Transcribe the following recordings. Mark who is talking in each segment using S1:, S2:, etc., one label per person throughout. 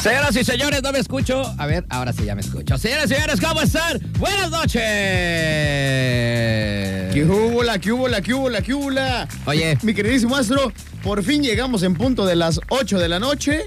S1: Señoras y señores, no me escucho. A ver, ahora sí ya me escucho. Señoras y señores, ¿cómo están? Buenas noches.
S2: ¡Qué hubo la, qué hubo la, qué hubo la, qué hubo la!
S1: Oye.
S2: Mi queridísimo astro, por fin llegamos en punto de las 8 de la noche.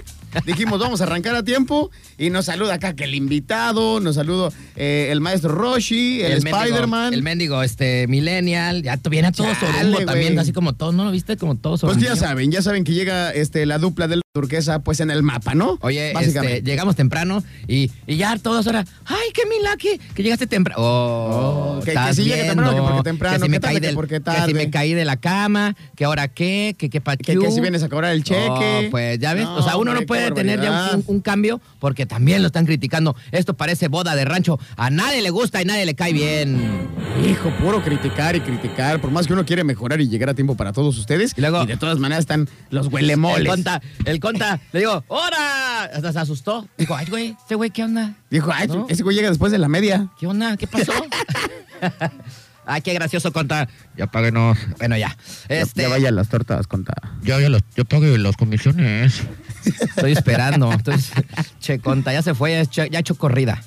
S2: Dijimos, vamos a arrancar a tiempo. Y nos saluda acá que el invitado, nos saluda eh, el maestro Roshi, el,
S1: mendigo-
S2: Spider-Man.
S1: El mendigo, este, Millennial. Ya tu- viene a todo
S2: Chale,
S1: sorumbo también,
S2: güey.
S1: así como todos, ¿no lo viste? Como todos
S2: Pues ya saben, ya saben que llega este, la dupla de la turquesa pues en el mapa, ¿no?
S1: Oye,
S2: básicamente.
S1: este, llegamos temprano y, y ya todos ahora, ¡ay, qué milagro que llegaste temprano! Oh,
S2: Oh, que- que
S1: estás
S2: si llegué temprano,
S1: viendo,
S2: que porque temprano,
S1: si
S2: que
S1: me
S2: tarde,
S1: caí
S2: que
S1: del-
S2: porque
S1: Que si
S2: tarde.
S1: me caí de la cama, que ahora qué, que qué
S2: que,
S1: pachu.
S2: que si vienes a cobrar el cheque.
S1: Oh, pues ya ves, o sea, uno
S2: hombre,
S1: no puede
S2: qué
S1: tener ya
S2: barbaridad.
S1: un, un cambio porque también lo están criticando. Esto parece boda de rancho. A nadie le gusta y nadie le cae bien.
S2: Hijo, puro criticar y criticar. Por más que uno quiere mejorar y llegar a tiempo para todos ustedes.
S1: Y luego-
S2: de todas maneras están los
S1: El
S2: huelemoles.
S1: conta, el conta, le digo, ¡hora! Hasta se asustó. Dijo, ay, güey, este güey, ¿qué onda?
S2: Dijo, ay,
S1: ¿No?
S2: ese güey llega después de la media.
S1: ¿Qué onda? ¿Qué pasó? Ay, qué gracioso conta. Ya páguenos. Bueno, ya. Este,
S2: Ya, vaya las tortas, conta.
S1: Yo, yo, los, yo pagué las comisiones. Estoy esperando. entonces, che, conta, ya se fue, ya, che- ya hecho corrida.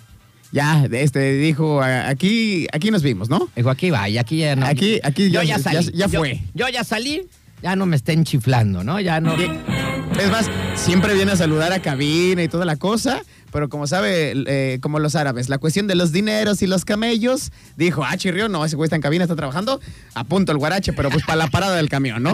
S2: Ya, este, dijo, a- aquí, aquí nos vimos, ¿no?
S1: Dijo, aquí va, y aquí ya no.
S2: Aquí- aquí
S1: yo ya,
S2: ya-
S1: salí.
S2: ya- ya
S1: Yo-
S2: fue.
S1: Yo, ya salí, ya no me estén chiflando, ¿no? Ya no.
S2: Y- Es más, siempre viene a saludar a cabina y toda la cosa, pero como sabe, eh, como los árabes, la cuestión de los dineros y los camellos, dijo, ah, chirrió, no, ese güey está en cabina, está trabajando, apunto el guarache, pero pues para la parada del camión, ¿no?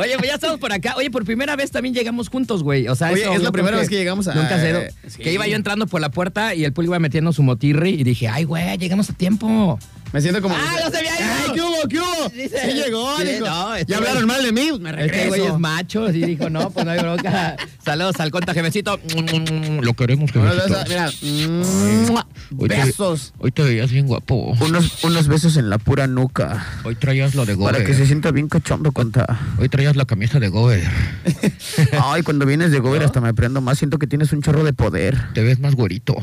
S1: Oye, pues ya estamos por acá. Oye, por primera vez también llegamos juntos, güey. O sea,
S2: Oye,
S1: eso
S2: es la
S1: yo creo
S2: primera vez que llegamos a-
S1: Nunca cero.
S2: eh, sí.
S1: Que iba yo entrando por la puerta y el público iba metiendo su motirri y dije, ay, güey, llegamos a tiempo.
S2: Me siento como...
S1: ¡Ah, no se había ido!
S2: ¡Ay, qué hubo, qué hubo!
S1: Dice-
S2: sí llegó,
S1: Sí,
S2: dijo.
S1: no, este
S2: ya hablaron
S1: güey-
S2: mal de mí, pues me regreso.
S1: Este güey es macho, y dijo, no, pues no hay bronca. Saludos al conta jefecito. Lo queremos,
S2: Unos besos, mira, ¡mua!
S1: Oye,
S2: besos.
S1: Hoy te veías bien guapo.
S2: Unos, unos besos en la pura nuca.
S1: Hoy traías lo de
S2: Para que se sienta bien cachondo, conta.
S1: Hoy traías la camisa de Gober.
S2: Ay, cuando vienes de Gober hasta me prendo más. Siento que tienes un chorro de poder.
S1: Te ves más güerito.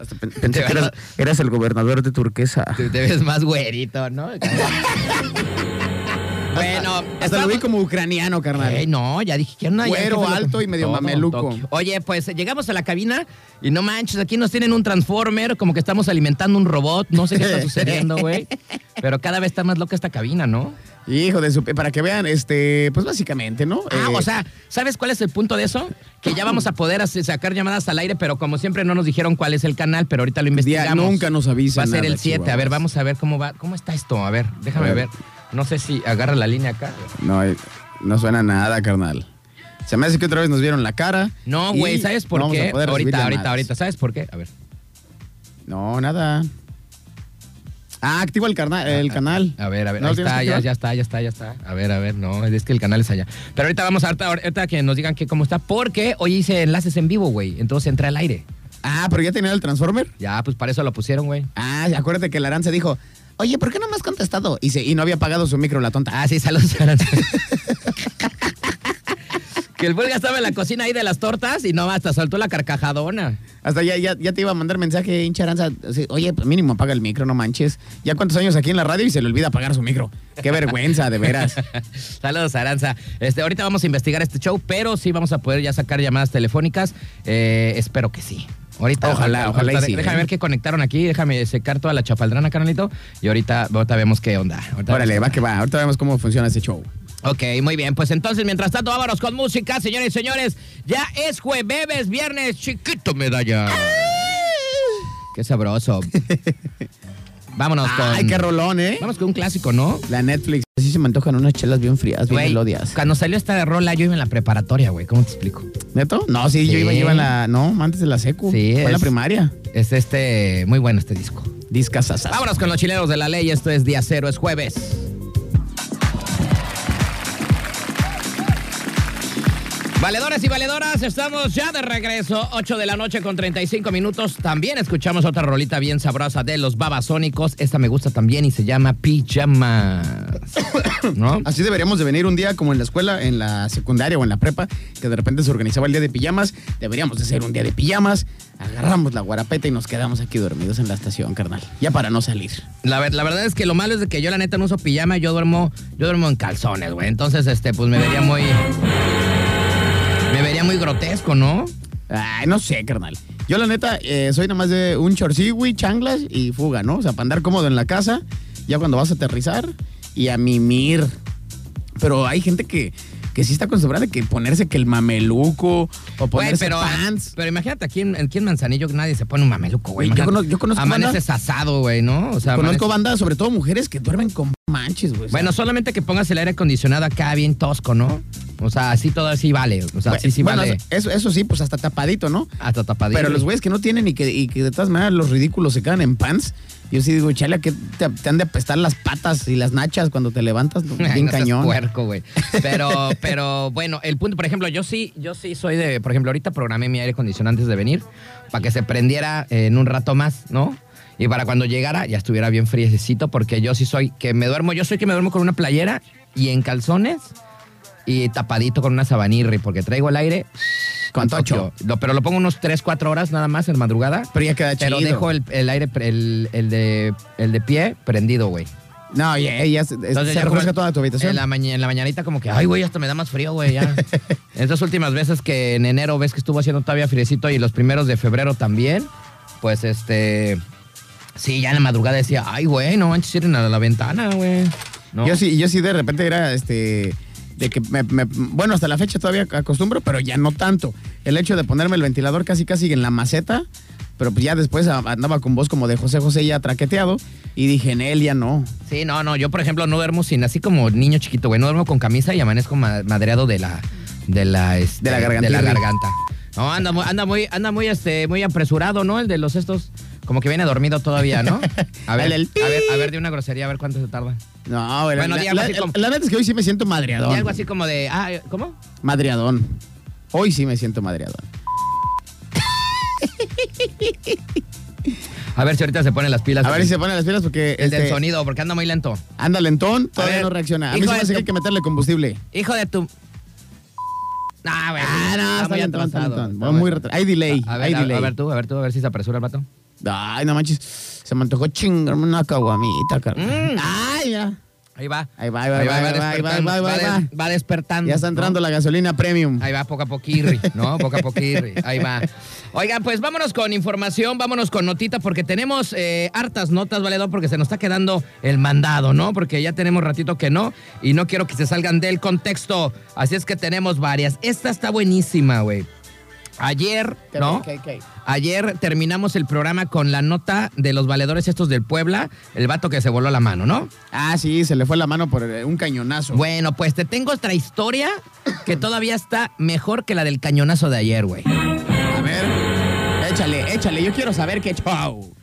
S2: Hasta pen- pensé
S1: Te
S2: que
S1: vas-
S2: eras, eras el gobernador de Turquesa.
S1: Te, te ves más güerito, ¿no? bueno,
S2: Hasta lo vi
S1: estamos-
S2: como ucraniano, carnal.
S1: Ey, no, ya dije que no. ya
S2: Güero,
S1: dije,
S2: alto y medio mameluco.
S1: Oye, pues eh, llegamos a la cabina y no manches, aquí nos tienen un transformer, como que estamos alimentando un robot, no sé qué está sucediendo, güey. Pero cada vez está más loca esta cabina, ¿no?
S2: Hijo de su... eh, Para que vean, este... Pues básicamente, ¿no?
S1: Ah,
S2: Eh,
S1: o sea, ¿sabes cuál es el punto de eso? Que ya vamos a poder hacer- sacar llamadas al aire, pero como siempre no nos dijeron cuál es el canal, pero ahorita lo investigamos.
S2: nunca nos avisan
S1: Va a ser
S2: nada,
S1: el 7. A
S2: chihuahuas.
S1: ver, vamos a ver cómo va. ¿Cómo está esto? A ver, déjame
S2: A
S1: ver.
S2: ver.
S1: No sé si agarra la línea acá.
S2: No, eh, no suena nada, carnal. Se me hace que otra vez nos vieron la cara.
S1: No,
S2: y
S1: güey, ¿sabes por
S2: no vamos
S1: qué?
S2: a poder recibir
S1: ahorita, ahorita,
S2: llamadas.
S1: ahorita. ¿Sabes por qué? A ver.
S2: No, nada. Ah, activa el, carna- el canal.
S1: A ver, a ver,
S2: ¿No
S1: ahí
S2: lo tienes
S1: está,
S2: que
S1: ya,
S2: activar?
S1: ya está, ya está, ya está. A ver, a ver, no, es que el canal es allá. Pero ahorita vamos, ahorita, ahorita que nos digan que cómo está, porque hoy hice enlaces en vivo, güey. Entonces entré al aire.
S2: Ah, pero ya tenía el Transformer.
S1: Ya, pues para eso lo pusieron, güey.
S2: Ah, acuérdate que la Aranza dijo, oye, ¿por qué no me has contestado? Y, se- y no había pagado su micro, la tonta.
S1: Ah, sí, saludos. Aranza. que el vulga estaba en la cocina ahí de las tortas y no, hasta soltó la carcajadona.
S2: Hasta ya, ya, ya te iba a mandar mensaje, hincha Aranza. así, Oye, pues mínimo apaga el micro, no manches. Ya cuántos años aquí en la radio y se le olvida apagar su micro. Qué vergüenza, de veras.
S1: Saludos, Aranza. Este, ahorita vamos a investigar este show, pero sí vamos a poder ya sacar llamadas telefónicas. Eh, espero que sí. Ahorita,
S2: Ojalá, ojalá y
S1: ahorita,
S2: sí,
S1: Déjame
S2: ¿eh?
S1: ver qué conectaron aquí, déjame secar toda la chapaldrana, carnalito. Y ahorita, ahorita vemos qué onda. Ahorita
S2: Órale,
S1: vemos
S2: va
S1: qué
S2: que va. Ahorita vemos cómo funciona ese show.
S1: Ok, muy bien. Pues entonces, mientras tanto, vámonos con música, señores y señores. Ya es jueves, viernes, chiquito medalla. Qué sabroso. vámonos con.
S2: Ay, qué rolón, ¿eh?
S1: Vamos con un clásico, ¿no?
S2: La Netflix. Así se me antojan unas chelas bien frías, bien
S1: Güey,
S2: melodias.
S1: Cuando salió esta rola, yo iba en la preparatoria, güey. ¿Cómo te explico?
S2: ¿Neto? No, sí, yo
S1: Sí.
S2: iba, iba en la... No, antes de la secu.
S1: Sí,
S2: Fue en la
S1: es-
S2: primaria.
S1: Es este. Muy bueno este disco.
S2: Discasas.
S1: Vámonos con los chilenos de la ley. Esto es día cero, es jueves. Valedores y valedoras, estamos ya de regreso, 8 de la noche con 35 minutos. También escuchamos otra rolita bien sabrosa de los babasónicos. Esta me gusta también y se llama Pijamas. ¿No?
S2: Así deberíamos de venir un día como en la escuela, en la secundaria o en la prepa, que de repente se organizaba el día de pijamas. Deberíamos de ser un día de pijamas. Agarramos la guarapeta y nos quedamos aquí dormidos en la estación, carnal. Ya para no salir.
S1: La, ver- la verdad es que lo malo es de que yo la neta no uso pijama, yo duermo, yo duermo en calzones, güey. Entonces, este, pues me vería muy. Me vería muy grotesco, ¿no?
S2: Ay, no sé, carnal. Yo, la neta, eh, soy nomás de un chorcigui, changlas y fuga, ¿no? O sea, para andar cómodo en la casa, ya cuando vas a aterrizar y a mimir. Pero hay gente que, que sí está acostumbrada que ponerse que el mameluco o
S1: Güey,
S2: ponerse
S1: pero, ah,
S2: pants.
S1: pero imagínate, aquí en, aquí en Manzanillo nadie se pone un mameluco, güey.
S2: Güey, yo
S1: Imagínate,
S2: cono- yo conozco
S1: Amaneces asado, güey, ¿no? O sea,
S2: Conozco
S1: amaneces-
S2: bandas, sobre todo mujeres, que duermen con manches, güey.
S1: Bueno, solamente que pongas el aire acondicionado acá bien tosco, ¿no? O sea, así todo así vale. O sea,
S2: Bueno,
S1: así sí
S2: bueno,
S1: vale.
S2: eso, eso sí, pues hasta tapadito, ¿no?
S1: Hasta tapadillo.
S2: Pero los güeyes que no tienen y que, y que de todas maneras los ridículos se quedan en pants. Yo sí digo, chala, que te, te han de apestar las patas y las nachas cuando te levantas. ¿no?
S1: Ay,
S2: Bien
S1: no seas
S2: cañón.
S1: puerco, güey. Pero, pero bueno, el punto, por ejemplo, yo sí, yo sí soy de, por ejemplo, ahorita programé mi aire acondicionado antes de venir para que se prendiera eh, en un rato más, ¿no? Y para cuando llegara ya estuviera bien friecito porque yo sí soy que me duermo, yo soy que me duermo con una playera y en calzones y tapadito con una sabanirri porque traigo el aire
S2: Con
S1: con tocho.
S2: tocho.
S1: Lo- pero lo pongo unos 3, 4 horas nada más en madrugada.
S2: Pero ya queda
S1: Pero
S2: chido.
S1: dejo el, el aire, pre- el, el de, el de pie prendido, güey.
S2: No, ya, ya se,
S1: Entonces,
S2: se
S1: ya como
S2: refresca toda tu habitación.
S1: En la, maña- en la mañanita como que, ay, güey, hasta me da más frío, güey, ya. Estas últimas veces que en enero ves que estuvo haciendo todavía friecito y los primeros de febrero también, pues este... Sí, ya en la madrugada decía, ay, güey, no manches, cierren a la ventana, güey. ¿No?
S2: Yo sí, yo sí de repente era este. De que me- me- bueno, hasta la fecha todavía acostumbro, pero ya no tanto. El hecho de ponerme el ventilador casi casi en la maceta, pero pues ya después a- andaba con voz como de José José ya traqueteado y dije, en él ya no.
S1: Sí, no, no, yo por ejemplo no duermo sin, así como niño chiquito, güey, no duermo con camisa y amanezco ma- madreado de la, de la, este,
S2: De la garganta.
S1: de la garganta. No, anda, mu- anda muy, anda muy, este, muy apresurado, ¿no? El de los estos, como que viene dormido todavía, ¿no? A ver,
S2: El del pi.
S1: a ver, a ver, de una grosería, a ver cuánto se tarda.
S2: No, la-
S1: Bueno,
S2: la,
S1: digamos
S2: la-
S1: así como-
S2: la neta es que hoy sí me siento
S1: Y
S2: madreadón.
S1: algo así como de, ah, ¿cómo?
S2: Madreadón. Hoy sí me siento madreadón.
S1: A ver si ahorita se ponen las pilas.
S2: A ver si se ponen las pilas porque
S1: El del
S2: este,
S1: sonido, porque anda muy lento.
S2: anda lentón, todavía
S1: ver,
S2: no reacciona. A mí
S1: hijo
S2: se me
S1: de
S2: hace que
S1: tu-
S2: hay que meterle combustible.
S1: Hijo de tu... Ah, güey.
S2: Ah, no, está
S1: muy
S2: lento, está
S1: atrasado,
S2: lentón.
S1: está
S2: Va muy retra- hay delay,
S1: A, a ver,
S2: hay
S1: a-
S2: delay.
S1: a ver tú, a ver tú, a ver si se apresura el vato.
S2: Ay, no manches. Se me antojó chingarme una caguamita, carnal.
S1: Mm.
S2: Ay, ya.
S1: Ahí va.
S2: Ahí va, ahí va, ahí va, ahí va, ahí va,
S1: despertando,
S2: ahí va, ahí
S1: des-
S2: va.
S1: va despertando.
S2: Ya está entrando la gasolina premium.
S1: Ahí va poco a poquirri, ¿no? Poco a poquirri. Ahí va. Oigan, pues vámonos con información, vámonos con notita, porque tenemos eh, hartas notas, valedor, porque se nos está quedando el mandado, ¿no? Porque ya tenemos ratito que no, y no quiero que se salgan del contexto. Así es que tenemos varias. Esta está buenísima, güey. Ayer, ¿no? Ayer terminamos el programa con la nota de los valedores estos del Puebla, el vato que se voló la mano, ¿no?
S2: Ah, sí, se le fue la mano por eh, un cañonazo.
S1: Bueno, pues te tengo otra historia que todavía está mejor que la del cañonazo de ayer, güey.
S2: A ver, échale, échale. Yo quiero saber qué chau.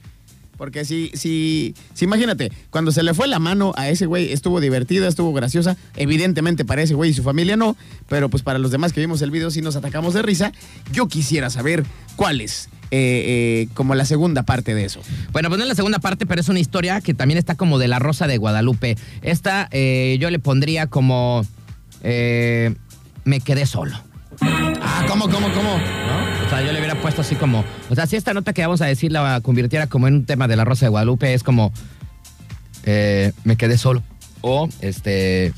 S2: Porque si, si, si, imagínate, cuando se le fue la mano a ese güey, estuvo divertida, estuvo graciosa. Evidentemente para ese güey y su familia no, pero pues para los demás que vimos el video sí nos atacamos de risa. Yo quisiera saber cuál es, eh, eh, como la segunda parte de eso.
S1: Bueno, pues no es la segunda parte, pero es una historia que también está como de la Rosa de Guadalupe. Esta eh, yo le pondría como eh, me quedé solo.
S2: Ah, ¿cómo, cómo, cómo?
S1: ¿no? O sea, yo le hubiera puesto así como, o sea, si esta nota que vamos a decir la convirtiera como en un tema de la Rosa de Guadalupe, es como eh, me quedé solo. O este.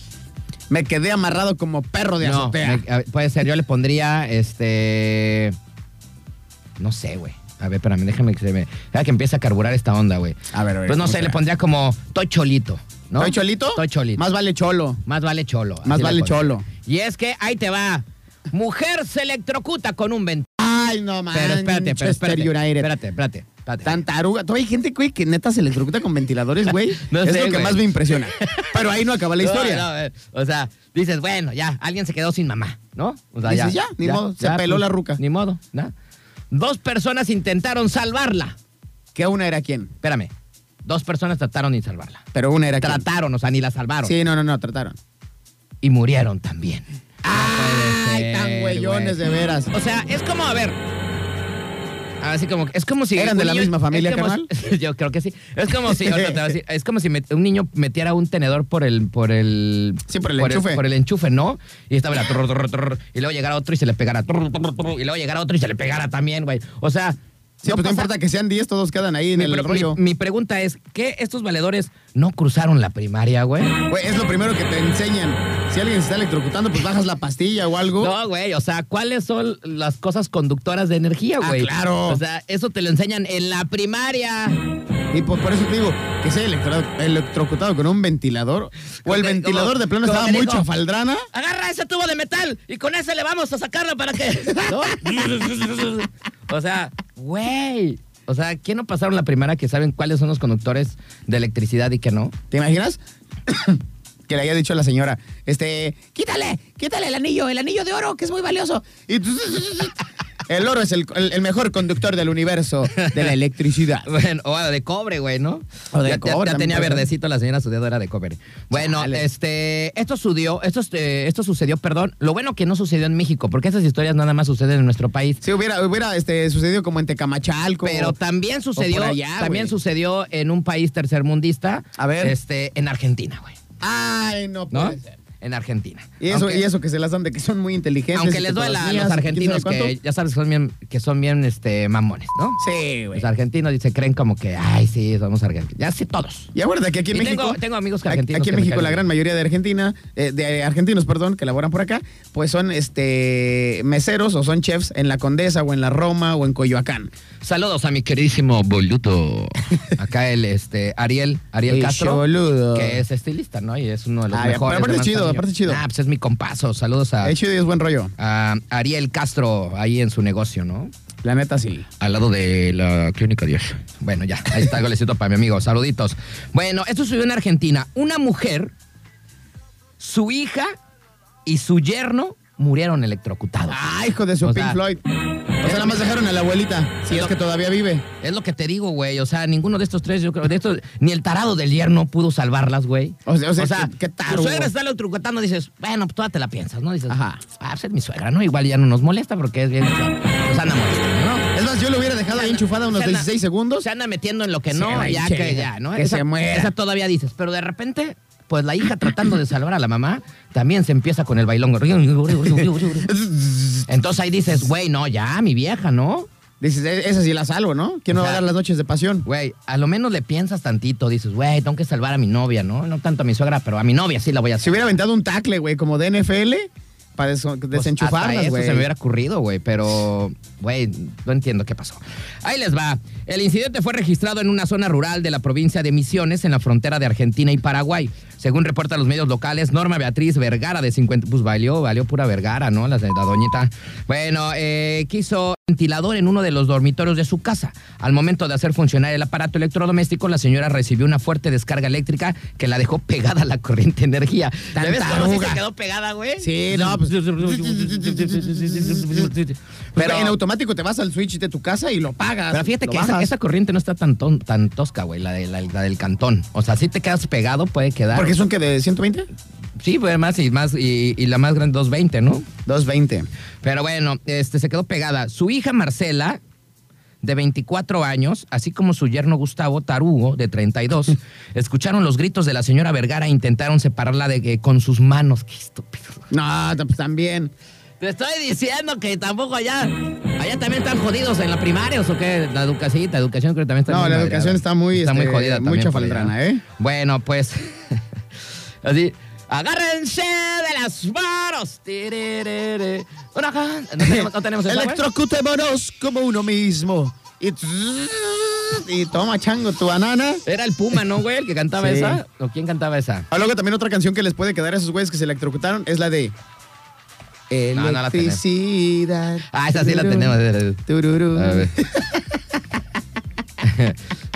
S2: Me quedé amarrado como perro de
S1: no,
S2: azotea.
S1: me- a ver, puede ser, yo le pondría este. No sé, güey. A ver, espérame, déjame que se me. Deja que empiece a carburar esta onda, güey.
S2: A ver, a ver,
S1: Pues no
S2: ¿cómo
S1: sé,
S2: será?
S1: le pondría como Toy Cholito, ¿no?
S2: ¿Estoy cholito?
S1: Toy Cholito.
S2: Más vale cholo.
S1: Más vale cholo. así
S2: Más
S1: le
S2: vale
S1: pondría.
S2: cholo.
S1: Y es que ahí te va. Mujer se electrocuta con un ventón.
S2: Ay, no mames.
S1: Pero espérate, pero espérate.
S2: United.
S1: Espérate, espérate. espérate.
S2: Tantaruga. Todavía hay gente, güey, que neta se electrocuta con ventiladores, güey.
S1: No
S2: es
S1: sé,
S2: lo que
S1: güey.
S2: más me impresiona. Pero ahí no acaba la
S1: No,
S2: historia.
S1: no, eh, o sea, dices, bueno, ya, alguien se quedó sin mamá, ¿no? O sea,
S2: Dices, ya, ni modo, se peló la ruca.
S1: pues, Ni modo, ¿no? Dos personas intentaron salvarla.
S2: Que una era quién.
S1: Espérame. Dos personas trataron de salvarla.
S2: Pero una era quién.
S1: Trataron, o sea, ni la salvaron.
S2: Sí, no, no, no, trataron.
S1: Y murieron también.
S2: Ay,
S1: puede
S2: tan
S1: ser,
S2: güeyones,
S1: güey.
S2: de veras.
S1: O sea, es como, a ver. Así como, es como si.
S2: ¿Eran
S1: un
S2: de la misma familia,
S1: es como-
S2: carnal?
S1: Yo creo que sí. Es como si, ahorita te voy a decir, es como si met- un niño metiera un tenedor por el. Por el
S2: Sí, por el enchufe.
S1: por el enchufe, ¿no? Y estaba la. turr, turr, turr, y luego llegara otro y se le pegara. turr, turr, turr, y luego llegara otro y se le pegara también, güey. O sea.
S2: Sí,
S1: no
S2: pues no
S1: pasa-
S2: importa que sean 10, todos quedan ahí en
S1: mi,
S2: el
S1: pero-
S2: rollo.
S1: mi pregunta es: ¿qué estos valedores no cruzaron la primaria, güey?
S2: Güey, es lo primero que te enseñan. Si alguien se está electrocutando, pues bajas la pastilla o algo.
S1: No, güey, o sea, ¿cuáles son las cosas conductoras de energía,
S2: Ah,
S1: güey?
S2: claro.
S1: O sea, eso te lo enseñan en la primaria.
S2: Y pues, por, por eso te digo, que sea electro- electrocutado con un ventilador. O el
S1: Como-
S2: ventilador de plano
S1: como
S2: estaba
S1: te
S2: muy
S1: digo.
S2: chafaldrana.
S1: Agarra ese tubo de metal y con ese le vamos a sacarlo para que. ¿No? o sea, güey. O sea, ¿quién no pasaron la primaria que saben cuáles son los conductores de electricidad y que no?
S2: ¿Te imaginas? que le haya dicho a la señora, este, quítale, quítale el anillo, el anillo de oro, que es muy valioso. Y el oro es el, el- el mejor conductor del universo de la electricidad.
S1: Bueno, o de cobre, güey, ¿no?
S2: O de
S1: ya, ya-
S2: cobre,
S1: ya
S2: también
S1: tenía
S2: puede ser.
S1: verdecito la señora, su dedo era de cobre. Bueno,
S2: Chale.
S1: este, esto sucedió, esto, este, esto sucedió, perdón. Lo bueno que no sucedió en México, porque esas historias nada más suceden en nuestro país.
S2: Si hubiera, hubiera este, sucedido como en Tecamachalco.
S1: Pero también sucedió,
S2: por allá,
S1: también
S2: güey.
S1: sucedió en un país tercermundista.
S2: A ver.
S1: Este, en Argentina, güey.
S2: Ay, no
S1: ¿No?
S2: puede ser.
S1: En Argentina.
S2: Y eso,
S1: Aunque-
S2: y eso que se las dan de que son muy inteligentes.
S1: Aunque
S2: y
S1: les
S2: que todas
S1: duela a
S2: mías,
S1: los argentinos
S2: ¿quién sabe
S1: que ya sabes que son bien, que son bien este, mamones, ¿no?
S2: cuánto? Sí, güey.
S1: Los argentinos y se creen como que, ay, sí, somos argentinos. Ya sí, todos.
S2: Y acuérdate que aquí en
S1: Y
S2: México.
S1: tengo- tengo amigos que
S2: aquí-
S1: argentinos
S2: Aquí en
S1: que me
S2: México,
S1: caen
S2: la
S1: bien.
S2: gran mayoría de Argentina, eh, de argentinos, perdón, que laboran por acá, pues son este meseros o son chefs en la Condesa o en la Roma o en Coyoacán.
S1: Saludos a mi queridísimo boluto. Acá el este Ariel, Ariel
S2: El
S1: Castro.
S2: boludo.
S1: Que es estilista, ¿no? Y es uno de los
S2: Ah, ya,
S1: mejores.
S2: pero aparte
S1: de
S2: es chido,
S1: Manzanillo.
S2: aparte es chido.
S1: Ah, pues es mi compaso. Saludos a,
S2: Es chido y es buen rollo.
S1: a Ariel Castro ahí en su negocio, ¿no?
S2: La neta, sí.
S1: Al lado de la Clínica 10. Bueno, ya, ahí está el golecito para mi amigo. Saluditos. Bueno, esto sucedió en Argentina. Una mujer, su hija y su yerno murieron electrocutados.
S2: Ah, hijo de su
S1: O
S2: Pink
S1: sea,
S2: Floyd. O sea, nada más dejaron a la abuelita, si
S1: Sí,
S2: es
S1: lo-
S2: que todavía vive.
S1: Es lo que te digo, güey. O sea, ninguno de estos tres, yo creo, de estos, ni el tarado del yerno pudo salvarlas, güey.
S2: O sea- o sea, qué- qué tarado,
S1: Tu suegra
S2: güey.
S1: está electrocutando, dices, bueno, pues todavía te la piensas, ¿no? Dices,
S2: Ajá.
S1: ajá, ah, pues es mi suegra, ¿no? Igual ya no nos molesta porque es bien. Nos anda molestando, ¿no?
S2: Es más, yo lo hubiera dejado ahí enchufada unos
S1: Se anda-
S2: 16 segundos.
S1: Se anda metiendo en lo que
S2: Sí,
S1: no,
S2: güey,
S1: ya
S2: che,
S1: que ya, ¿no?
S2: que se muera.
S1: Esa todavía dices, pero de repente, pues la hija tratando de salvar a la mamá, también se empieza con el bailón. Entonces ahí dices, güey, no, ya, mi vieja, ¿no?
S2: Dices, "E- esa sí la salvo, ¿no? ¿Quién me
S1: O
S2: va a
S1: sea,
S2: dar las noches de pasión?
S1: Güey, a lo menos le piensas tantito, dices, güey, tengo que salvar a mi novia, ¿no? No tanto a mi suegra, pero a mi novia sí la voy a
S2: Si
S1: hacer.
S2: hubiera aventado un tackle, güey, como de NFL, para des-
S1: Pues, hasta
S2: desenchufarlas,
S1: eso
S2: güey.
S1: se me hubiera ocurrido, güey, pero, güey, no entiendo qué pasó. Ahí les va. El incidente fue registrado en una zona rural de la provincia de Misiones, en la frontera de Argentina y Paraguay. Según reportan los medios locales, Norma Beatriz Vergara, de 50... Pues valió, valió pura Vergara, ¿no? La, la doñita. Bueno, eh, quiso ventilador en uno de los dormitorios de su casa. Al momento de hacer funcionar el aparato electrodoméstico, la señora recibió una fuerte descarga eléctrica que la dejó pegada a la corriente de energía. ¿Ya ves cómo sí
S2: Tartaruga.
S1: se quedó pegada, güey? Mm.
S2: Sí, no, pues- Pero
S1: Pero,
S2: en automático te vas al switch de tu casa y lo pagas.
S1: pero fíjate
S2: lo
S1: que esa,
S2: bajas.
S1: esa corriente no está tan, ton- tan tosca, güey, la, de- la- la del cantón. O sea, si te quedas pegado, puede quedar.
S2: Porque son que de 120?
S1: sí, güey, más y más, y, y la más grande 220, ¿no?
S2: 220.
S1: Pero bueno, este se quedó pegada. Su hija Marcela, de 24 años, así como su yerno Gustavo Tarugo, de 32, escucharon los gritos de la señora Vergara e intentaron separarla de, que- con sus manos. Qué estúpido.
S2: No, t- pues también.
S1: Te estoy diciendo que tampoco allá. Allá también están jodidos en la primaria, ¿o qué? La educación, la educación creo que también está
S2: No,
S1: muy
S2: la
S1: madreada.
S2: educación está muy,
S1: Está
S2: este,
S1: muy jodida
S2: muy
S1: también por
S2: chafaldrana,
S1: allá.
S2: ¿eh?
S1: Bueno, pues. así. Agárrense de las manos. Tiririri. Una ca- No tenemos, no tenemos esa, güey?
S2: Electrocutémonos como uno mismo. Y, tss- y toma chango tu banana.
S1: Era el Puma, ¿no, güey? El que cantaba
S2: Sí.
S1: esa. ¿O quién cantaba esa?
S2: Ah, luego también otra canción que les puede quedar a esos güeyes que se electrocutaron es la de.
S1: No, no la tenemos.
S2: Electricidad.
S1: Ah, esa sí la
S2: Tururú,
S1: tenemos.
S2: tururú.
S1: A ver.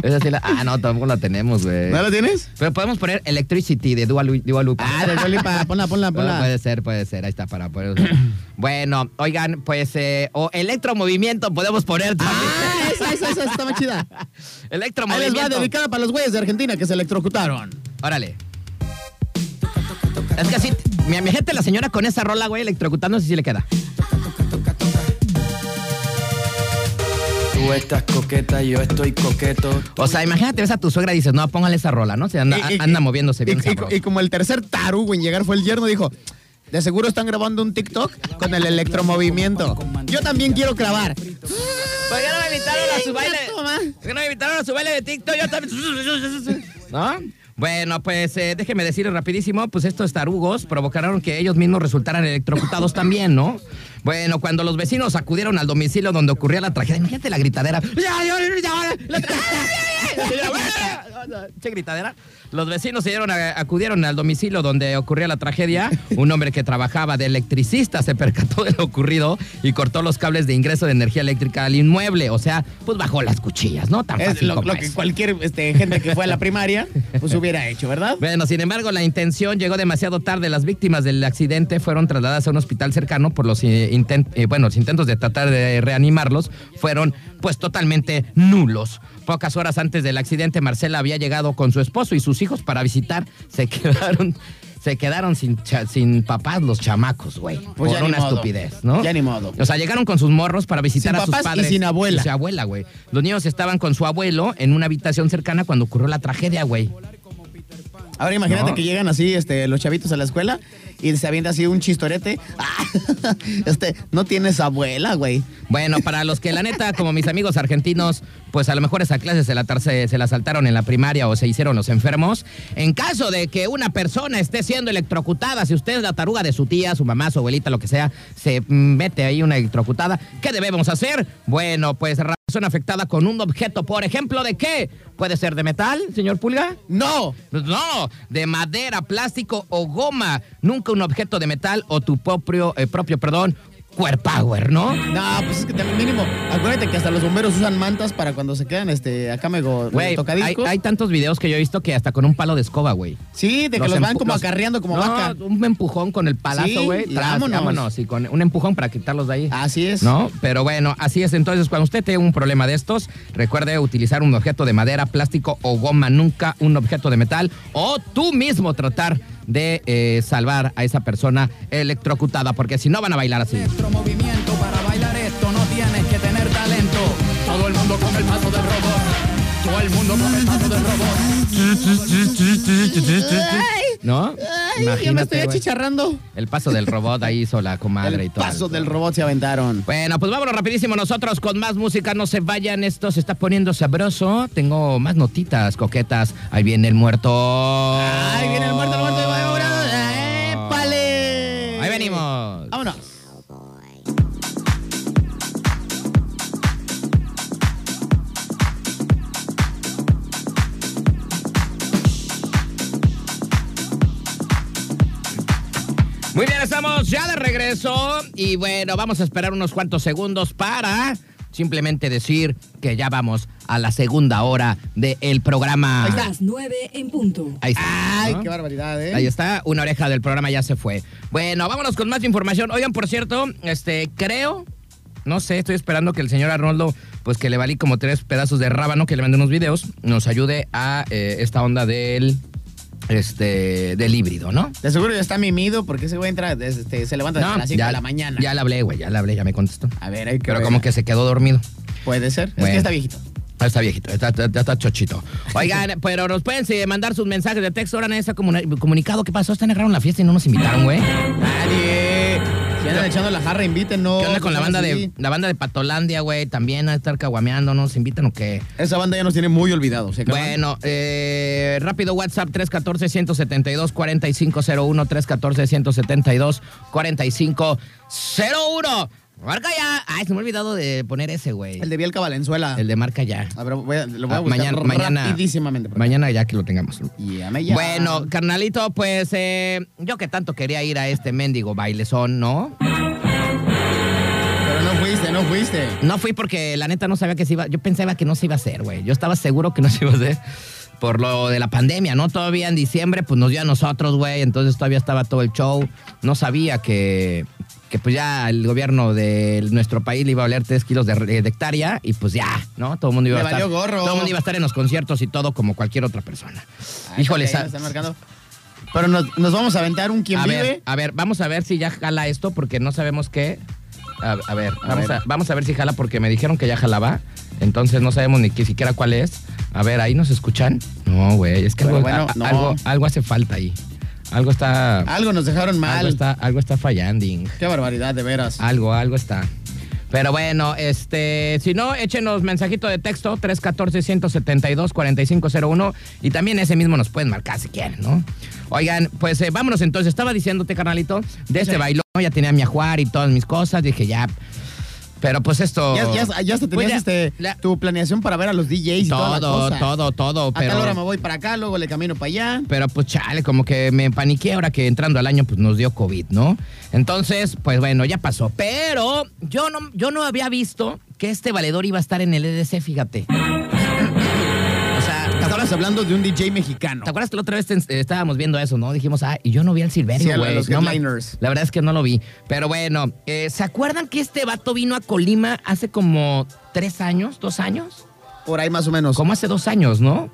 S1: esa sí la. Ah, no, tampoco la tenemos, güey.
S2: ¿No la tienes?
S1: Pero podemos poner Electricity de Dua, Lu- Dua Lipa.
S2: Ah, de Dua Lipa. Ponla, ponla,
S1: Ah,
S2: ponla.
S1: puede ser, puede ser. Ahí está para poder. bueno, oigan, pues eh, o electromovimiento podemos poner también.
S2: Ah, esa, esa, esa está más chida. Ahí les va
S1: electromovimiento.
S2: dedicada para los güeyes de Argentina que se electrocutaron.
S1: Órale. Es que así, mi, mi gente, la señora con esa rola, güey, electrocutándose, sí le queda.
S3: Tú estás coqueta, yo estoy coqueto.
S1: O sea, imagínate, ves a tu suegra y dices, no, póngale esa rola, ¿no? Se anda,
S2: Y- y-
S1: anda
S2: y-
S1: moviéndose bien
S2: y, y-
S1: sabroso.
S2: y como el tercer tarugo en llegar fue el yerno, dijo, de seguro están grabando un TikTok con el electromovimiento. Yo también quiero grabar.
S1: ¿Por qué no me invitaron a su
S2: Venga,
S1: baile?
S2: toma.
S1: ¿Por qué no me invitaron a su baile de TikTok? Yo también. ¿No? Bueno, pues eh, déjeme decir rapidísimo, pues estos tarugos provocaron que ellos mismos resultaran electrocutados también, ¿no? Bueno, cuando los vecinos acudieron al domicilio donde ocurría la tragedia, imagínate la gritadera. La tra- Che gritadera. Los vecinos se dieron a- acudieron al domicilio donde ocurría la tragedia. Un hombre que trabajaba de electricista se percató de lo ocurrido y cortó los cables de ingreso de energía eléctrica al inmueble. O sea, pues bajó las cuchillas, ¿no? Tan
S2: Es
S1: fácil
S2: lo,
S1: como
S2: lo que
S1: eso.
S2: cualquier este, gente que fue a la primaria pues hubiera hecho, ¿verdad?
S1: Bueno, sin embargo, la intención llegó demasiado tarde. Las víctimas del accidente fueron trasladadas a un hospital cercano por los, eh, inten- eh, bueno, los intentos de tratar de reanimarlos fueron pues totalmente nulos. Pocas horas antes del accidente, Marcela había llegado con su esposo y sus hijos para visitar. Se quedaron, se quedaron sin, cha- sin papás los chamacos, güey.
S2: Pues ya
S1: por
S2: ni
S1: una
S2: modo.
S1: estupidez, ¿no?
S2: Ya ni modo.
S1: O sea, llegaron con sus morros para visitar
S2: Sin
S1: a sus
S2: papás y
S1: padres.
S2: sin abuela.
S1: Y su abuela, güey. Los niños estaban con su abuelo en una habitación cercana cuando ocurrió la tragedia, güey.
S2: Ahora imagínate
S1: No.
S2: que llegan así este, los chavitos a la escuela y se avienta así un chistorete. Ah, este, no tienes abuela, güey.
S1: Bueno, para los que la neta, como mis amigos argentinos, pues a lo mejor esa clase se la, tar- se, se la saltaron en la primaria o se hicieron los enfermos. En caso de que una persona esté siendo electrocutada, si usted es la taruga de su tía, su mamá, su abuelita, lo que sea, se mm, mete ahí una electrocutada, ¿qué debemos hacer? Bueno, pues razón afectada con un objeto, por ejemplo, ¿de qué? ¿Puede ser de metal, señor Pulga?
S2: ¡No!
S1: Pues No, de madera, plástico o goma. Nunca un objeto de metal o tu propio, eh, propio perdón, cuerpower, ¿no?
S2: No, pues es que también mínimo. Acuérdate que hasta los bomberos usan mantas para cuando se quedan este, acá me go-
S1: Güey, hay,
S2: tocadiscos.
S1: hay tantos videos que yo he visto que hasta con un palo de escoba, güey.
S2: sí, de que los,
S1: empu-
S2: van como
S1: los-
S2: acarreando como
S1: No,
S2: vaca.
S1: un empujón con el palazo,
S2: Sí,
S1: güey.
S2: y
S1: tras,
S2: vámonos. Ah,
S1: vámonos. Y con un empujón para quitarlos de ahí.
S2: Así es.
S1: ¿No? Pero bueno, así es. Entonces, cuando usted tenga un problema de estos, recuerde utilizar un objeto de madera, plástico o goma, nunca un objeto de metal. O tú mismo tratar de eh, salvar a esa persona electrocutada, porque si no van a bailar así.
S4: movimiento para bailar esto no tienes que tener talento. Todo el mundo con el paso del robot. Todo el mundo con el paso del robot.
S1: ¿No?
S2: Ay, ya me estoy
S1: güey.
S2: achicharrando.
S1: El paso del robot ahí hizo la comadre y
S2: El
S1: todo.
S2: paso del robot se aventaron.
S1: Bueno, pues vámonos rapidísimo nosotros con más música. No se vayan, esto se está poniendo sabroso. Tengo más notitas coquetas. Ahí viene el muerto.
S2: Ay, viene el muerto, el muerto. el muerto. ¡Épale!
S1: Ahí venimos.
S2: Vámonos.
S1: Muy bien, estamos ya de regreso. Y bueno, vamos a esperar unos cuantos segundos para simplemente decir que ya vamos a la segunda hora del programa.
S2: Ahí está.
S5: Las 9 en punto.
S1: Ahí está.
S2: Ay,
S1: ¿no?
S2: qué barbaridad, ¿eh?
S1: Ahí está, una oreja del programa ya se fue. Bueno, vámonos con más información. Oigan, por cierto, este, creo, no sé, estoy esperando que el señor Arnoldo, pues que le valí como tres pedazos de rábano, que le mandé unos videos, nos ayude a eh, esta onda del, este, del híbrido, ¿no?
S2: De seguro ya está mimido porque ese güey entra, este, se levanta
S1: No,
S2: a las 5
S1: ya-
S2: de la mañana. Ah,
S1: Ya le hablé, güey, ya le hablé, ya me contestó.
S2: A ver, hay que
S1: Pero
S2: ver.
S1: como que se quedó dormido.
S2: Puede ser. Es
S1: Bueno.
S2: que está viejito.
S1: Ah, Está viejito, está, está, está chochito. Oigan, pero nos pueden sí, mandar sus mensajes de texto. Ahora en este comuni- comunicado, ¿qué pasó? Están agarraron la fiesta y no nos invitaron, güey.
S2: Nadie. Si andan echando la jarra, invítenos.
S1: ¿Qué onda con la banda de
S2: Sí.
S1: la banda de Patolandia, güey? También a estar caguameando, ¿nos invitan o qué?
S2: Esa banda ya nos tiene muy olvidados. ¿se acaban?
S1: Bueno, eh, rápido WhatsApp 314-172-4501, 314-172-4501. Marca ya. Ay, se me ha olvidado de poner ese, güey.
S2: El de Bielka Valenzuela.
S1: El de marca ya.
S2: A ver, voy a- lo voy a
S1: Ah,
S2: buscar
S1: mañana, mañana,
S2: rapidísimamente. porque-
S1: mañana ya que lo tengamos.
S2: Llame ya.
S1: Bueno, carnalito, pues eh, yo que tanto quería ir a este mendigo bailezón, ¿no?
S2: Pero no fuiste, no fuiste.
S1: No fui porque la neta no sabía que se iba. Yo pensaba que no se iba a hacer, güey. Yo estaba seguro que no se iba a hacer. Por lo de la pandemia, ¿no? Todavía en diciembre, pues nos dio a nosotros, güey. Entonces todavía estaba todo el show. No sabía que, que pues ya el gobierno de nuestro país le iba a valer 3 kilos de, eh, de hectárea. Y pues ya, ¿no? Todo el mundo iba
S2: Le
S1: a estar.
S2: valió gorro.
S1: Todo el mundo iba a estar en los conciertos y todo como cualquier otra persona.
S2: Ay,
S1: Híjole,
S2: ok,
S1: sa-
S2: nos están marcando. Pero nos, nos vamos a aventar un quien
S1: a
S2: vive.
S1: ver, a ver, vamos a ver si ya jala esto porque no sabemos qué. A, a ver,
S2: A
S1: vamos,
S2: ver.
S1: A, vamos a ver si jala porque me dijeron que ya jalaba. Entonces no sabemos ni que siquiera cuál es. A ver, ahí nos escuchan. No, güey, es que
S2: Pero
S1: algo,
S2: bueno,
S1: a- a-
S2: no.
S1: algo, algo hace falta ahí. Algo está,
S2: Algo nos dejaron mal.
S1: algo está, algo está fallando. Ah,
S2: Qué barbaridad, de veras.
S1: Algo, algo está. Pero bueno, este, si no, échenos mensajito de texto 314-172-4501 y también ese mismo nos pueden marcar si quieren, ¿no? Oigan, pues eh, vámonos entonces. Estaba diciéndote, carnalito, de este bailón, ya tenía mi ajuar y todas mis cosas. Dije, ya. Pero pues esto.
S2: Ya, ya, ya hasta
S1: Pues
S2: tenías
S1: ya-
S2: este,
S1: la-
S2: tu planeación para ver a los DJs y toda la
S1: todo,
S2: cosa.
S1: todo, todo.
S2: A tal hora me
S1: Pero,
S2: voy para acá, luego le camino para allá.
S1: pero pues chale, como que me paniqué ahora que entrando al año pues nos dio COVID, ¿no? Entonces, pues bueno, ya pasó. Pero yo no, yo no había visto que este valedor iba a estar en el EDC, fíjate. O sea, ¿te acuerdas?
S2: Estabas hablando de un DJ mexicano.
S1: ¿Te acuerdas que la otra vez te- eh, estábamos viendo eso, no? Dijimos, ah, y yo no vi al
S2: Sí, a
S1: Silverio,
S2: lo-
S1: güey.
S2: los
S1: No ma-
S2: headliners.
S1: la verdad es que no lo vi. Pero bueno, eh, ¿se acuerdan que este vato vino a Colima hace como tres años, dos años?
S2: Por ahí más o menos.
S1: Como hace dos años, ¿no?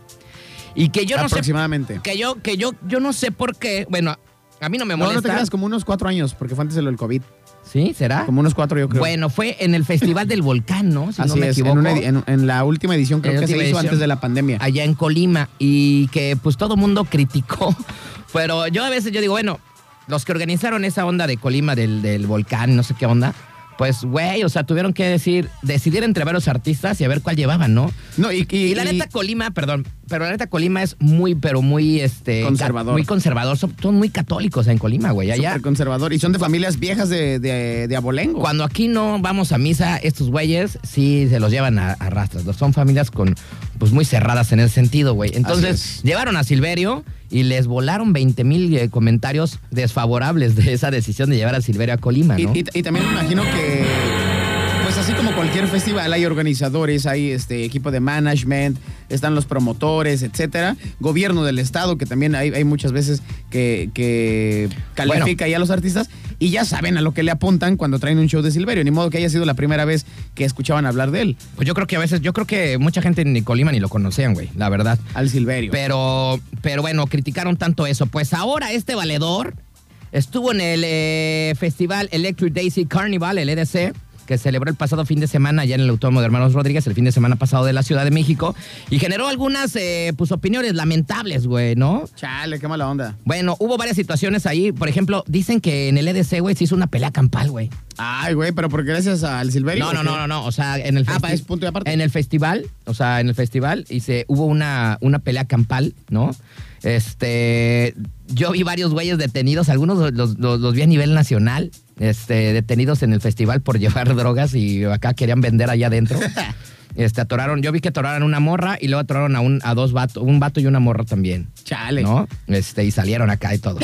S1: Y que
S2: Ah,
S1: yo no sé...
S2: aproximadamente.
S1: Que yo, que yo, yo no sé por qué. Bueno, a mí no me
S2: no,
S1: molesta.
S2: no te creas, como unos cuatro años, porque fue antes de lo del COVID.
S1: ¿Sí? ¿Será?
S2: Como unos cuatro, yo creo.
S1: Bueno, fue en el Festival del Volcán, ¿no? Si
S2: Así
S1: no me
S2: es, en,
S1: equivoco.
S2: una edi- en- en la última edición creo
S1: En la
S2: que se
S1: última
S2: hizo
S1: edición.
S2: antes de la pandemia.
S1: allá en Colima y que pues todo mundo criticó. Pero yo a veces yo digo, bueno, los que organizaron esa onda de Colima del, del volcán, no sé qué onda, pues güey, o sea, tuvieron que decir, decidir entre varios artistas y a ver cuál llevaban, ¿no?
S2: No, y, y-
S1: Y, la
S2: y-
S1: neta Colima, perdón, pero la neta Colima es muy, pero muy, este...
S2: Conservador.
S1: ca- Muy conservador, son, son muy católicos en Colima, güey, allá.
S2: súper conservador. Y son de familias viejas de, de, de abolengo.
S1: Cuando aquí no vamos a misa, estos güeyes sí se los llevan a, a rastras. ¿no? Son familias con pues muy cerradas en ese sentido, güey.
S2: Así
S1: Entonces,
S2: es.
S1: llevaron a Silverio y les volaron 20 mil eh, comentarios desfavorables de esa decisión de llevar a Silverio a Colima,
S2: Y,
S1: Ah, ¿no?
S2: y- y también me imagino que, pues así como cualquier festival, hay organizadores, hay este equipo de management, están los promotores, etcétera. Gobierno del Estado, que también hay, hay muchas veces que, que califica ya a los artistas y ya saben a lo que le apuntan cuando traen un show de Silverio. Ni modo que haya sido la primera vez que escuchaban hablar de él,
S1: pues yo creo que a veces, yo creo que mucha gente ni Colima ni lo conocían, güey, la verdad.
S2: al Silverio.
S1: Pero, pero bueno, criticaron tanto eso. Pues ahora este valedor estuvo en el eh, festival Electric Daisy Carnival, el EDC, que celebró el pasado fin de semana allá en el Autódromo de Hermanos Rodríguez, el fin de semana pasado de la Ciudad de México, y generó algunas eh, pues, opiniones lamentables, güey, ¿no?
S2: Chale, qué mala onda.
S1: Bueno, hubo varias situaciones ahí. Por ejemplo, dicen que en el EDC, güey, se hizo una pelea campal, güey.
S2: Ay, güey, pero porque gracias al Silverio.
S1: No, no, no, no, no. O sea, en el
S2: Ah,
S1: festi-
S2: pa, es punto y aparte.
S1: En el festival, o sea, en el festival y se hubo una, una pelea campal, ¿no? Este, yo vi varios güeyes detenidos, algunos los, los- los vi a nivel nacional, este, detenidos en el festival por llevar drogas y acá querían vender allá adentro. Este, atoraron, yo vi que atoraron una morra y luego atoraron a, un, a dos vatos, un vato y una morra también.
S2: Chale.
S1: ¿No? Este, y salieron acá y todo.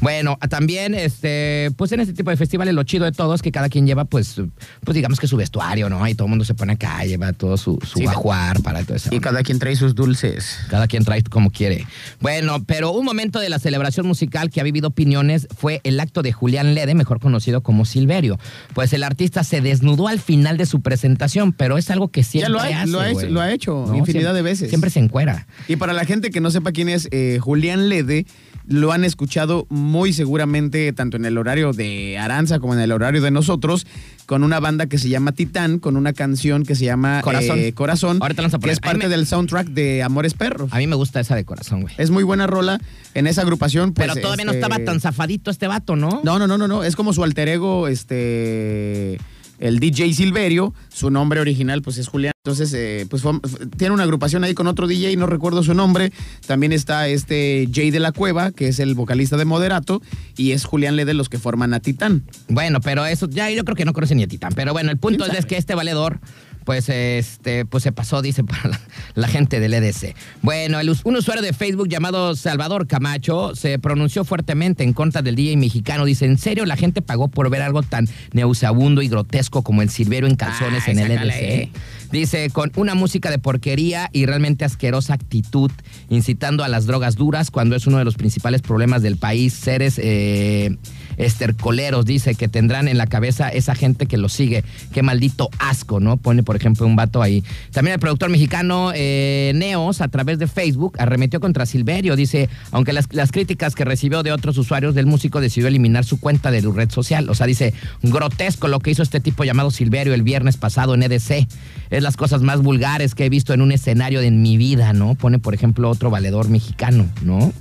S1: bueno, también, este, pues en este tipo de festivales lo chido de todo es que cada quien lleva, pues, pues digamos que su vestuario, ¿no? Y todo el mundo se pone acá, lleva todo su, su
S2: Sí,
S1: ajuar para todo eso.
S2: Y cada quien trae sus dulces.
S1: Cada quien trae como quiere. Bueno, pero un momento de la celebración musical que ha vivido opiniones fue el acto de Julián Lede, mejor conocido como Silverio. Pues el artista se desnudó al final de su presentación, pero es algo que siempre
S2: lo ha-
S1: hace,
S2: lo ha hecho-
S1: güey.
S2: lo ha hecho infinidad
S1: siempre-
S2: de veces.
S1: Siempre se encuera.
S2: Y para la gente que no sepa quién es eh, Julián Lede, lo han escuchado muy seguramente tanto en el horario de Aranza como en el horario de nosotros, con una banda que se llama Titán, con una canción que se llama
S1: Corazón.
S2: eh, Corazón,
S1: Ahorita la vamos a
S2: que
S1: poner.
S2: es parte
S1: A mí me-
S2: del soundtrack de Amores Perros.
S1: A mí me gusta esa de corazón, güey.
S2: Es muy buena rola en esa agrupación. pues,
S1: Pero todavía no
S2: este,
S1: estaba tan zafadito este vato, ¿no?
S2: No, no, no, no, no. Es como su alter ego, este. El DJ Silverio, su nombre original pues es Julián. Entonces, eh, pues fue- fue- tiene una agrupación ahí con otro DJ, no recuerdo su nombre. También está este Jay de la Cueva, que es el vocalista de Moderato, y es Julián Lede los que forman a Titán.
S1: Bueno, pero eso ya yo creo que no conoce ni a Titán. Pero bueno, el punto
S2: ¿Quién
S1: es,
S2: sabe?
S1: que este valedor, pues, este, pues se pasó, dice, para la, la gente del EDC. Bueno, el us- un usuario de Facebook llamado Salvador Camacho se pronunció fuertemente en contra del DJ mexicano. Dice, ¿en serio la gente pagó por ver algo tan neusabundo y grotesco como el silbero en calzones
S2: Ay,
S1: en el
S2: Ah, sácale.
S1: EDC? Dice, con una música de porquería y realmente asquerosa actitud, incitando a las drogas duras cuando es uno de los principales problemas del país. Seres eh, estercoleros, dice, que tendrán en la cabeza esa gente que los sigue. Qué maldito asco, ¿no? Pone, por ejemplo, un vato ahí. También el productor mexicano eh, Neos, a través de Facebook, arremetió contra Silverio. Dice, aunque las, las críticas que recibió de otros usuarios del músico decidió eliminar su cuenta de su red social. O sea, dice, grotesco lo que hizo este tipo llamado Silverio el viernes pasado en EDC. Es las cosas más vulgares que he visto en un escenario de en mi vida, ¿no? Pone, por ejemplo, otro valedor mexicano, ¿no?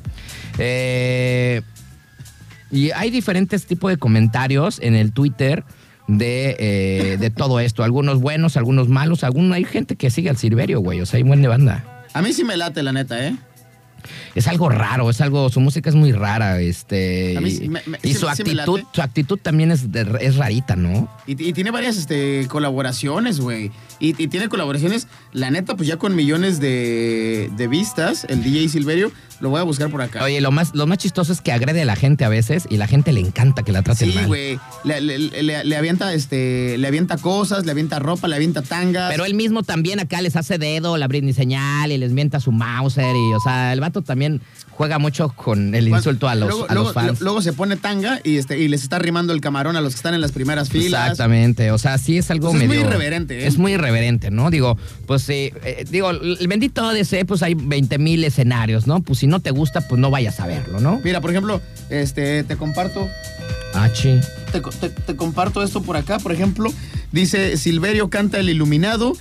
S1: Eh, y hay diferentes tipos de comentarios en el Twitter de, eh, de todo esto. Algunos buenos, algunos malos, algunos, hay gente que sigue al Silverio, güey. O sea, hay buen de banda.
S2: A mí sí me late, la neta, ¿eh?
S1: Es algo raro, es algo, su música es muy rara, este.
S2: A mí
S1: y-
S2: sí me- me-
S1: y
S2: sí-
S1: su
S2: sí me
S1: actitud,
S2: late.
S1: su actitud también es, de- es rarita, ¿no?
S2: Y, y tiene varias este, colaboraciones, güey. Y, y tiene colaboraciones, la neta, pues ya con millones de, de vistas, el DJ Silverio, lo voy a buscar por acá.
S1: Oye, lo más, lo más chistoso es que agrede a la gente a veces y la gente le encanta que la traten
S2: sí,
S1: mal.
S2: güey. Le, le- le- le avienta, este, le avienta cosas, le avienta ropa, le avienta tangas.
S1: Pero él mismo también acá les hace dedo, la Britney señal y les mienta su Mauser. Y, o sea, el vato también juega mucho con el
S2: Cuando-
S1: insulto a los,
S2: luego,
S1: a los
S2: luego-
S1: fans.
S2: lo- Luego se pone tanga y, este, y les está rimando el camarón a los que están en las primeras filas.
S1: Exactamente, o sea, sí es algo
S2: Pues es muy
S1: medio-
S2: irreverente, ¿eh?
S1: Es muy irreverente, ¿no? Digo, pues sí, eh, digo, el bendito DC, pues hay 20 mil escenarios, ¿no? Pues si no te gusta, pues no vayas a verlo, ¿no?
S2: Mira, por ejemplo, este, te comparto
S1: Ah, sí.
S2: te, co- te- te comparto esto por acá, por ejemplo. Dice Silverio canta el iluminado.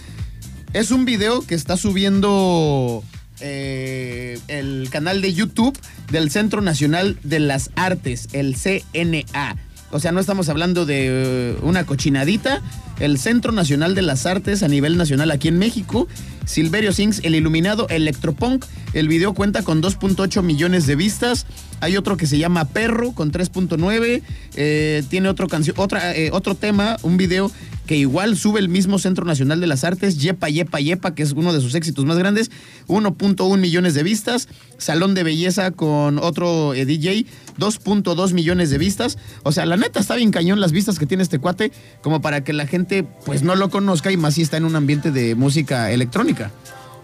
S2: Es un video que está subiendo eh, el canal de YouTube del Centro Nacional de las Artes, el CNA. O sea, no estamos hablando de eh, una cochinadita. El Centro Nacional de las Artes a nivel nacional aquí en México. Silverio Sings, El Iluminado, Electropunk. El video cuenta con 2.8 millones de vistas. Hay otro que se llama Perro con 3.9. eh, tiene otro, cancio- otra, eh, otro tema, un video que igual sube el mismo Centro Nacional de las Artes, Yepa, Yepa, Yepa, que es uno de sus éxitos más grandes, 1.1 millones de vistas, Salón de Belleza con otro eh, DJ, 2.2 millones de vistas. O sea, la neta está bien cañón las vistas que tiene este cuate, como para que la gente pues no lo conozca y más si está en un ambiente de música electrónica.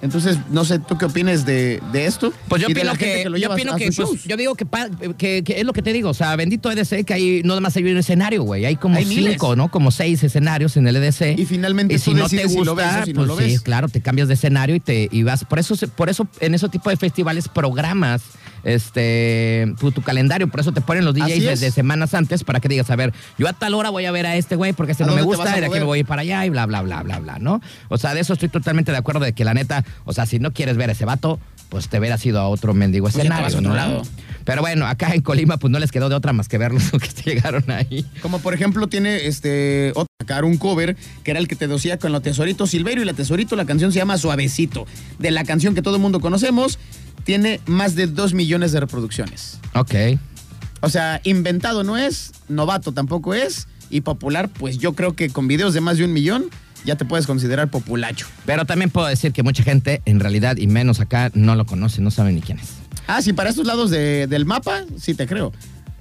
S2: Entonces, no sé, ¿tú qué opinas de, de esto?
S1: Pues yo
S2: Y de
S1: opino
S2: la gente
S1: que,
S2: lo
S1: yo
S2: lleva a-
S1: opino
S2: a
S1: que,
S2: sus
S1: pues,
S2: shows.
S1: yo digo que, pa- que- que es lo que te digo, o sea, bendito EDC que hay, no más hay un escenario, güey, hay como
S2: Hay miles.
S1: cinco, ¿no? Como seis escenarios en el EDC.
S2: Y finalmente
S1: Y
S2: tú
S1: si no te
S2: decides
S1: gusta,
S2: si lo ves o si no
S1: pues
S2: lo ves.
S1: sí, claro, te cambias de escenario y te y vas, por eso se- por eso en ese tipo de festivales programas este tu, tu calendario, por eso te ponen los
S2: Así
S1: DJs
S2: es.
S1: desde semanas antes para que digas, a ver, yo a tal hora voy a ver a este güey porque este
S2: ¿A
S1: no me
S2: dónde te vas
S1: gusta
S2: a
S1: y de aquí
S2: mover?
S1: me voy para allá y bla bla bla bla bla, ¿no? O sea, de eso estoy totalmente de acuerdo de que la neta, o sea, si no quieres ver a ese vato, pues te hubieras ido a otro mendigo
S2: Pues ya te vas a
S1: escenario,
S2: otro
S1: ¿no?
S2: lado.
S1: Pero bueno, acá en Colima pues no les quedó de otra más que verlos que llegaron ahí.
S2: Como por ejemplo tiene este otro- sacar un cover que era el que te decía con la Tesorito Silverio y la Tesorito, la canción se llama Suavecito, de la canción que todo el mundo conocemos, tiene más de 2 millones de reproducciones.
S1: Ok.
S2: O sea, inventado no es, novato tampoco es y popular, pues yo creo que con videos de más de un millón ya te puedes considerar populacho.
S1: Pero también puedo decir que mucha gente, en realidad, y menos acá, no lo conoce, no sabe ni quién es.
S2: Ah, sí, para estos lados de- del mapa, sí te creo.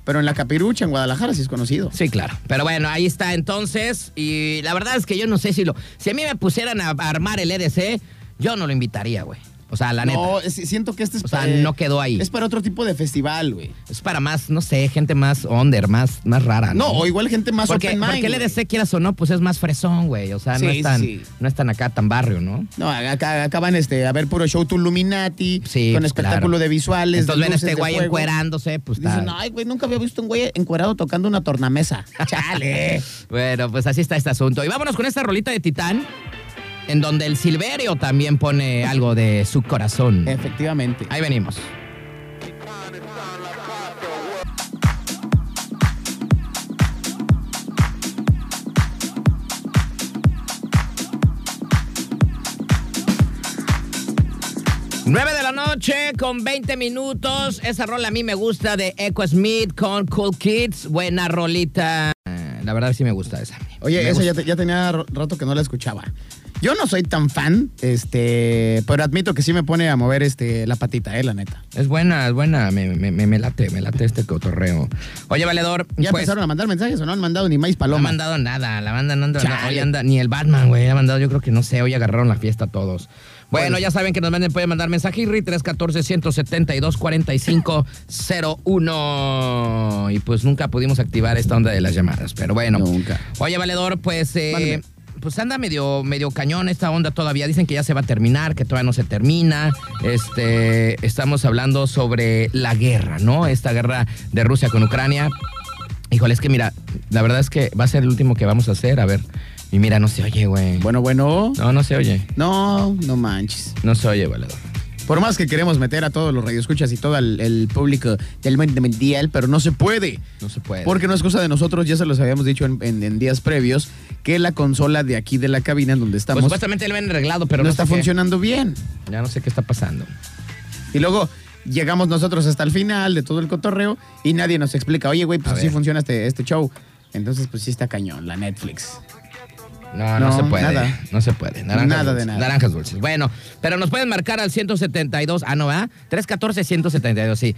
S2: Pero en la Capirucha, en Guadalajara, sí es conocido.
S1: Sí, claro. Pero bueno, ahí está entonces. Y la verdad es que yo no sé si lo. Si a mí me pusieran a armar el EDC, yo no lo invitaría, güey. O sea, la neta.
S2: no, es- siento que este es
S1: O sea,
S2: para-
S1: no quedó ahí.
S2: Es para otro tipo de festival, güey.
S1: Es para más, no sé, gente más under, más, más rara.
S2: No,
S1: Ah, No,
S2: o igual gente más
S1: porque,
S2: open mind.
S1: porque el
S2: güey.
S1: EDC, quieras o no, pues es más fresón, güey. O sea, no,
S2: Sí,
S1: es tan,
S2: sí.
S1: no es tan acá, tan barrio, ¿no?
S2: No, acá, acá van este, a ver puro show Tuluminati,
S1: Sí,
S2: con
S1: pues,
S2: espectáculo
S1: claro.
S2: de visuales.
S1: Entonces
S2: de
S1: ven a
S2: luces,
S1: este
S2: de
S1: güey
S2: fuego.
S1: encuerándose, pues está.
S2: Dicen, ay, güey, nunca había visto un güey encuerado tocando una tornamesa. ¡Chale!
S1: Bueno, pues así está este asunto. Y vámonos con esta rolita de Titán, en donde el Silverio también pone algo de su corazón.
S2: Efectivamente.
S1: Ahí venimos. Nueve de la noche con 20 minutos. Esa rola a mí me gusta de Echo Smith con Cool Kids. Buena rolita. Eh, La verdad sí me gusta esa.
S2: Oye,
S1: Me
S2: esa
S1: gusta.
S2: ya, te- ya tenía ro- rato que no la escuchaba. Yo no soy tan fan, este, pero admito que sí me pone a mover este, la patita, eh, la neta.
S1: Es buena, es buena. Me, me- me- me late, me late este cotorreo. Oye, valedor.
S2: ¿Ya
S1: pues,
S2: empezaron a mandar mensajes o no han mandado ni maíz
S1: No han
S2: paloma?
S1: mandado nada, la banda no anda, no-
S2: Chale.
S1: hoy anda- ni el Batman, güey, ha mandado, yo creo que no sé, hoy agarraron la fiesta todos. Bueno,
S2: Bueno.
S1: ya saben que nos manden, pueden mandar mensaje IRRI 314-172-4501. Y pues nunca pudimos activar esta onda de las llamadas, pero bueno.
S2: Nunca.
S1: Oye, Valedor, pues... eh,
S2: Mándeme.
S1: pues anda medio, medio cañón esta onda todavía. Dicen que ya se va a terminar, que todavía no se termina. Este, estamos hablando sobre la guerra, ¿no? Esta guerra de Rusia con Ucrania. Híjole, es que mira, la verdad es que va a ser el último que vamos a hacer. A ver. Y mira, no se oye, güey.
S2: Bueno, bueno.
S1: No, no se oye.
S2: No, no manches.
S1: No se oye, valedor.
S2: Por más que queremos meter a todos los radioescuchas y todo el, el público del mundo mundial, pero no se puede.
S1: No se puede. Pues
S2: Porque no es cosa de nosotros, ya se los habíamos dicho en, en- en días previos, que la consola de aquí de la cabina en donde
S1: Pues
S2: estamos
S1: supuestamente lo han arreglado, pero
S2: no,
S1: no,
S2: está
S1: sé qué.
S2: funcionando bien.
S1: Ya no sé qué está pasando.
S2: Y luego llegamos nosotros hasta el final de todo el cotorreo y nadie nos explica, oye, güey, pues
S1: A
S2: así
S1: ver.
S2: funciona este, este show. Entonces, pues sí está cañón, la Netflix.
S1: No, no,
S2: No,
S1: se puede.
S2: nada.
S1: No se puede. Naranjas
S2: Nada de
S1: dulces,
S2: nada.
S1: Naranjas dulces. Bueno, pero nos pueden marcar al 172. Ah, no, ¿verdad? 314-172, sí.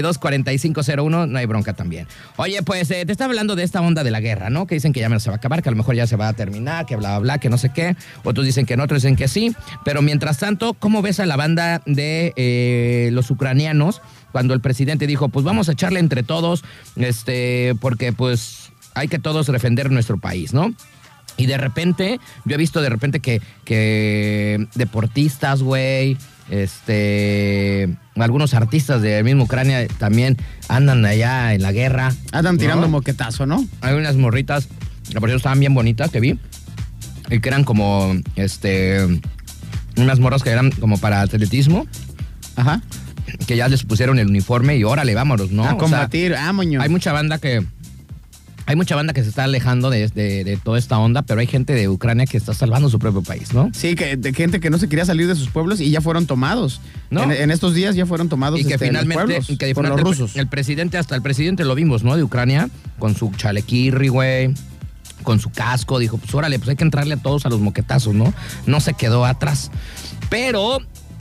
S1: 314-172-4501. No hay bronca también. Oye, pues eh, te estaba hablando de esta onda de la guerra, ¿no? Que dicen que ya no se va a acabar, que a lo mejor ya se va a terminar, que bla, bla, bla, que no sé qué. Otros dicen que no, otros dicen que sí. Pero mientras tanto, ¿cómo ves a la banda de eh, los ucranianos cuando el presidente dijo, pues vamos a echarle entre todos, este, porque pues hay que todos defender nuestro país, ¿no? Y de repente, yo he visto de repente que, que deportistas, güey, este, algunos artistas de mismo Ucrania también andan allá en la guerra.
S2: Andan
S1: ¿no?
S2: tirando moquetazo, ¿no?
S1: Hay unas morritas, que por cierto estaban bien bonitas que vi, y que eran como, este, unas morras que eran como para atletismo,
S2: Ajá.
S1: que ya les pusieron el uniforme y órale, vámonos, ¿no?
S2: A
S1: O sea,
S2: combatir, ah, moño.
S1: hay mucha banda que. Hay mucha banda que se está alejando de, de- de toda esta onda, pero hay gente de Ucrania que está salvando su propio país, ¿no?
S2: Sí, que, de gente que no se quería salir de sus pueblos y ya fueron tomados.
S1: No.
S2: En, en estos días ya fueron tomados
S1: Y que
S2: este,
S1: finalmente,
S2: los pueblos
S1: y que
S2: por los
S1: finalmente el-
S2: rusos.
S1: El, presidente, hasta el presidente lo vimos, ¿no? De Ucrania, con su chalequirri, güey, con su casco, dijo, pues órale, pues hay que entrarle a todos a los moquetazos, ¿no? No se quedó atrás. Pero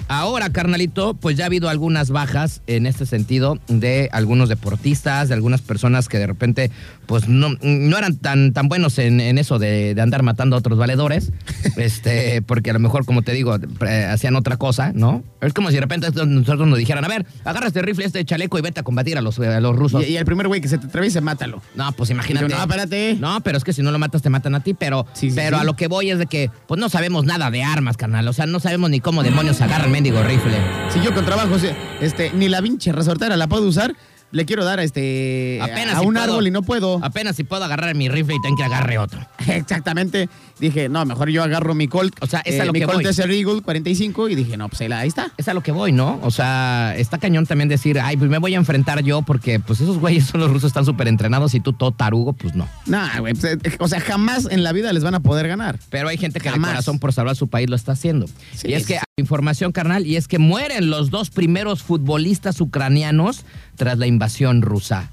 S1: ahora, carnalito, pues ya ha habido algunas bajas en este sentido de algunos deportistas, de algunas personas que de repente, pues no, no eran tan, tan buenos en, en eso de, de andar matando a otros valedores, este, porque a lo mejor, como te digo, eh, hacían otra cosa, ¿no? Es como si de repente nosotros nos dijeran, a ver, agarra este rifle, este chaleco y vete a combatir a los, a los rusos.
S2: Y, y el primer güey que se te atraviesa, mátalo.
S1: No, pues imagínate.
S2: Y yo, no, espérate.
S1: No, pero es que si no lo matas, te matan a ti. Pero,
S2: Sí, sí,
S1: pero
S2: sí.
S1: a lo que voy es de que, pues no sabemos nada de armas, carnal. O sea, no sabemos ni cómo demonios agarra el mendigo rifle.
S2: Si yo con trabajo, si- este, ni la pinche resortera la puedo usar, le quiero dar a este
S1: Apenas
S2: a
S1: si
S2: un
S1: puedo.
S2: árbol y no puedo.
S1: Apenas si puedo agarrar mi rifle y tengo que agarre otro.
S2: Exactamente. Dije, no, mejor yo agarro mi Colt. eh,
S1: O sea, es a lo
S2: mi
S1: que
S2: Colt
S1: voy.
S2: Desert Eagle 45 y dije, no, pues ahí, la- ahí está.
S1: Es a lo que voy, ¿no? O sea, está cañón también decir, ay, pues me voy a enfrentar yo porque, pues esos güeyes son los rusos, están súper entrenados y tú todo tarugo, pues no.
S2: Nah, güey, pues, eh, o sea, jamás en la vida les van a poder ganar.
S1: Pero hay gente que de
S2: Jamás.
S1: corazón por salvar su país lo está haciendo.
S2: Sí,
S1: y es
S2: sí,
S1: que
S2: sí.
S1: información carnal y es que mueren los dos primeros futbolistas ucranianos tras la invasión rusa,